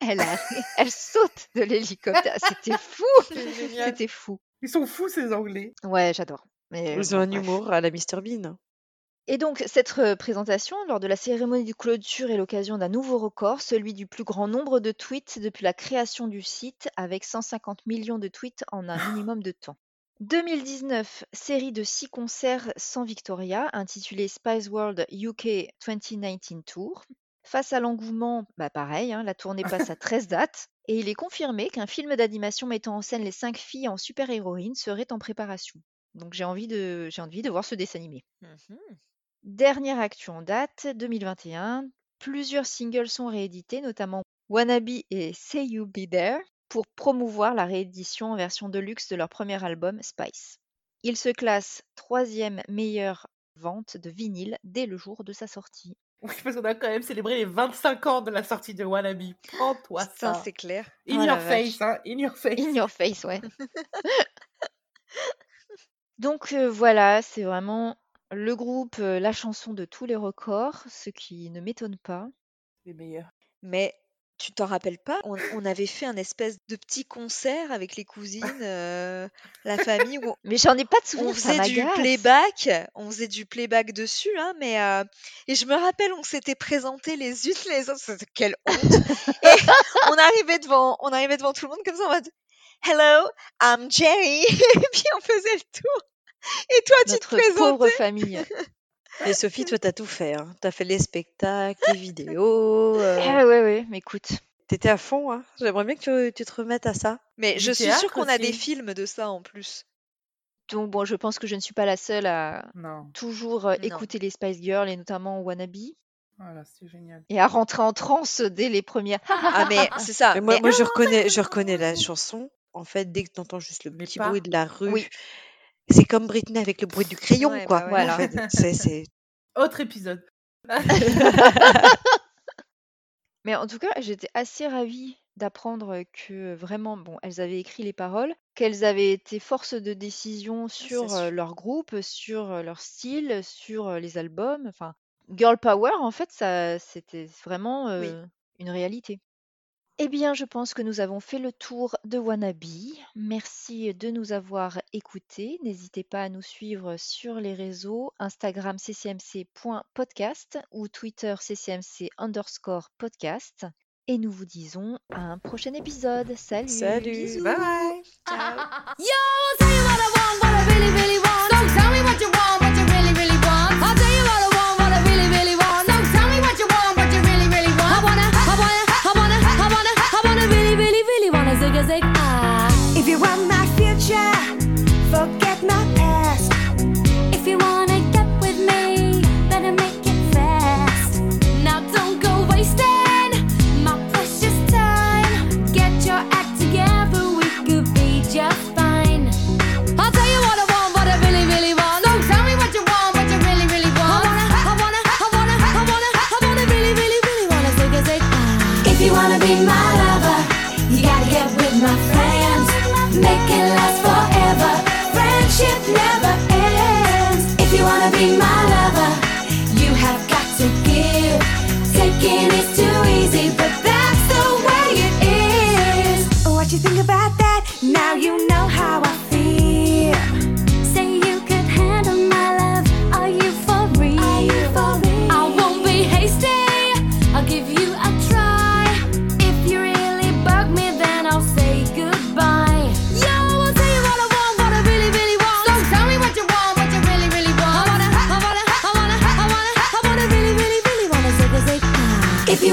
S1: Elle, arri- elle saute de l'hélicoptère. C'était fou.
S3: C'était génial.
S1: C'était fou.
S3: Ils sont fous, ces Anglais.
S1: Ouais, j'adore. Mais
S2: Ils
S1: bon,
S2: ont un
S1: bref.
S2: humour à la Mr Bean.
S1: Et donc, cette représentation, lors de la cérémonie de clôture, est l'occasion d'un nouveau record, celui du plus grand nombre de tweets depuis la création du site, avec 150 millions de tweets en un minimum de temps. 2019, série de six concerts sans Victoria, intitulée Spice World UK 2019 Tour. Face à l'engouement, bah pareil, hein, la tournée passe à 13 dates, et il est confirmé qu'un film d'animation mettant en scène les cinq filles en super-héroïne serait en préparation. Donc j'ai envie, de- j'ai envie de voir ce dessin animé.
S4: Mhm.
S1: Dernière actu en date, 2021. Plusieurs singles sont réédités, notamment Wannabe et Say You Be There, pour promouvoir la réédition en version de luxe de leur premier album Spice. Il se classe troisième meilleure vente de vinyle dès le jour de sa sortie.
S3: Oui, parce qu'on a quand même célébré les 25 ans de la sortie de Wannabe. Prends-toi
S4: Ça,
S3: ça.
S4: c'est clair.
S3: In
S1: Oh la
S3: your face, hein, in your face.
S1: In your face, ouais. Donc euh, voilà, c'est vraiment le groupe, euh, la chanson de tous les records, ce qui ne m'étonne pas.
S3: Les meilleurs.
S4: Mais tu t'en rappelles pas on, on avait fait un espèce de petit concert avec les cousines, euh, la famille, où on-
S1: Mais j'en ai pas de
S4: on
S1: souvenir, ça
S4: faisait du
S1: m'agace.
S4: playback, on faisait du playback dessus, hein, mais euh, et je me rappelle, on s'était présentés les unes les autres, c'était- quelle honte Et on arrivait devant, on arrivait devant tout le monde comme ça en mode Hello, I'm Jerry, et puis on faisait le tour. Et toi, tu te
S1: Notre
S4: présentes
S1: pauvre famille.
S2: Mais Sophie, toi, t'as tout fait. Hein. T'as fait les spectacles, les vidéos.
S4: Eh
S2: euh,
S1: Ah ouais, ouais, mais écoute.
S2: T'étais à fond. Hein. J'aimerais bien que tu, tu te remettes à ça.
S4: Mais
S3: Du
S4: je suis
S3: théâtre
S4: sûre qu'on a des
S3: aussi.
S4: films de ça en plus.
S1: Donc bon, je pense que je ne suis pas la seule à
S3: Non,
S1: toujours euh,
S4: Non.
S1: écouter les Spice Girls et notamment Wannabe
S3: voilà, c'était Oh génial.
S1: et à rentrer en transe dès les premières.
S4: Ah mais c'est ça.
S2: Mais moi,
S4: Ah, mais-
S2: moi, je reconnais, je reconnais la chanson. En fait, dès que t'entends juste le
S3: Les
S2: petit
S3: pas.
S2: bruit de la rue,
S1: Oui.
S2: c'est comme Britney avec le bruit du crayon,
S4: Ouais,
S2: quoi.
S4: bah ouais.
S1: Voilà.
S2: En fait, c'est, c'est...
S3: Autre épisode.
S1: Mais en tout cas, j'étais assez ravie d'apprendre que euh, vraiment, bon, elles avaient écrit les paroles, qu'elles avaient été force de décision sur euh,
S4: sûr.
S1: leur groupe, sur euh, leur style, sur euh, les albums. Enfin, girl power, en fait, ça, c'était vraiment
S4: Oui.
S1: euh, une réalité. Eh bien, je pense que nous avons fait le tour de Wannabe. Merci de nous avoir écoutés. N'hésitez pas à nous suivre sur les réseaux Instagram ccmc.podcast ou Twitter ccmc underscore podcast. Et nous vous disons à un prochain épisode. Salut!
S2: Salut.
S3: Bye.
S5: Yo, I'll tell you what I want, what I really, really want. So tell me what you want, what you really, really want. I'll tell you what I want, what I really, really want. So tell me what you want, what you really, really want. I wanna, I wanna, I wanna, I wanna, I wanna really, really, really wanna zig a zig ah. If you want my future, forget my past. If you wanna get with me, better make it fast. Now don't go wasting my precious time. Get your act together, we could be just fine. I'll tell you what I want, what I really, really want. So tell me what you want, what you really, really want. I wanna, I wanna, I wanna, I wanna, I wanna really, really, really wanna zig a zig. If you wanna be my lover, you gotta get with my friends. Make it last forever. Friendship never ends. If you wanna be my lover, you have got to give. Taking is too easy, but that's the way it is. What you think about that? Now you know how I feel. Say you could handle my love. Are you for real? I won't be hasty. I'll give you a try. If you really bug me, then I'll say goodbye. Yo, I'll tell you what I want, what I really, really want. So tell me what you want, what you really, really want. I wanna, I wanna, I wanna, I wanna, I wanna really, really, really wanna zig a zig. If you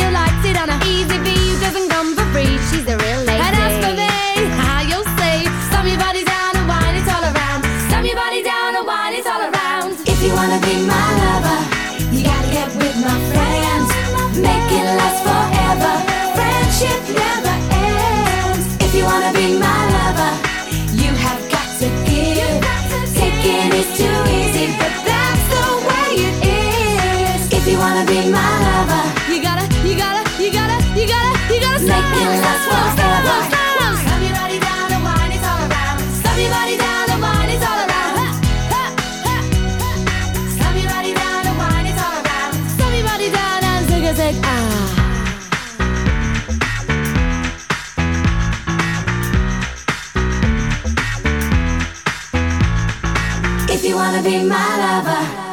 S5: who likes it on a easy V who doesn't come for free. She's a real lady. And as for me, how you'll see, slam your body down and wine it all around. Slam your body down and wine it all around. If you wanna be my lover, you gotta get with my friends. Make it last forever. Friendship never ends. If you wanna be my lover, you have got to give. Taking is too easy, but that's the way it is. If you wanna be my lover, you gotta, you gotta, you gotta, you gotta, you gotta make it last forever. Slam your body down and wine it all around. Slam your body down and wine it all around. Ha, ha, ha, ha. Slam your body down and wine it all around. Slam your body down and zig a zig ah. If you wanna be my lover.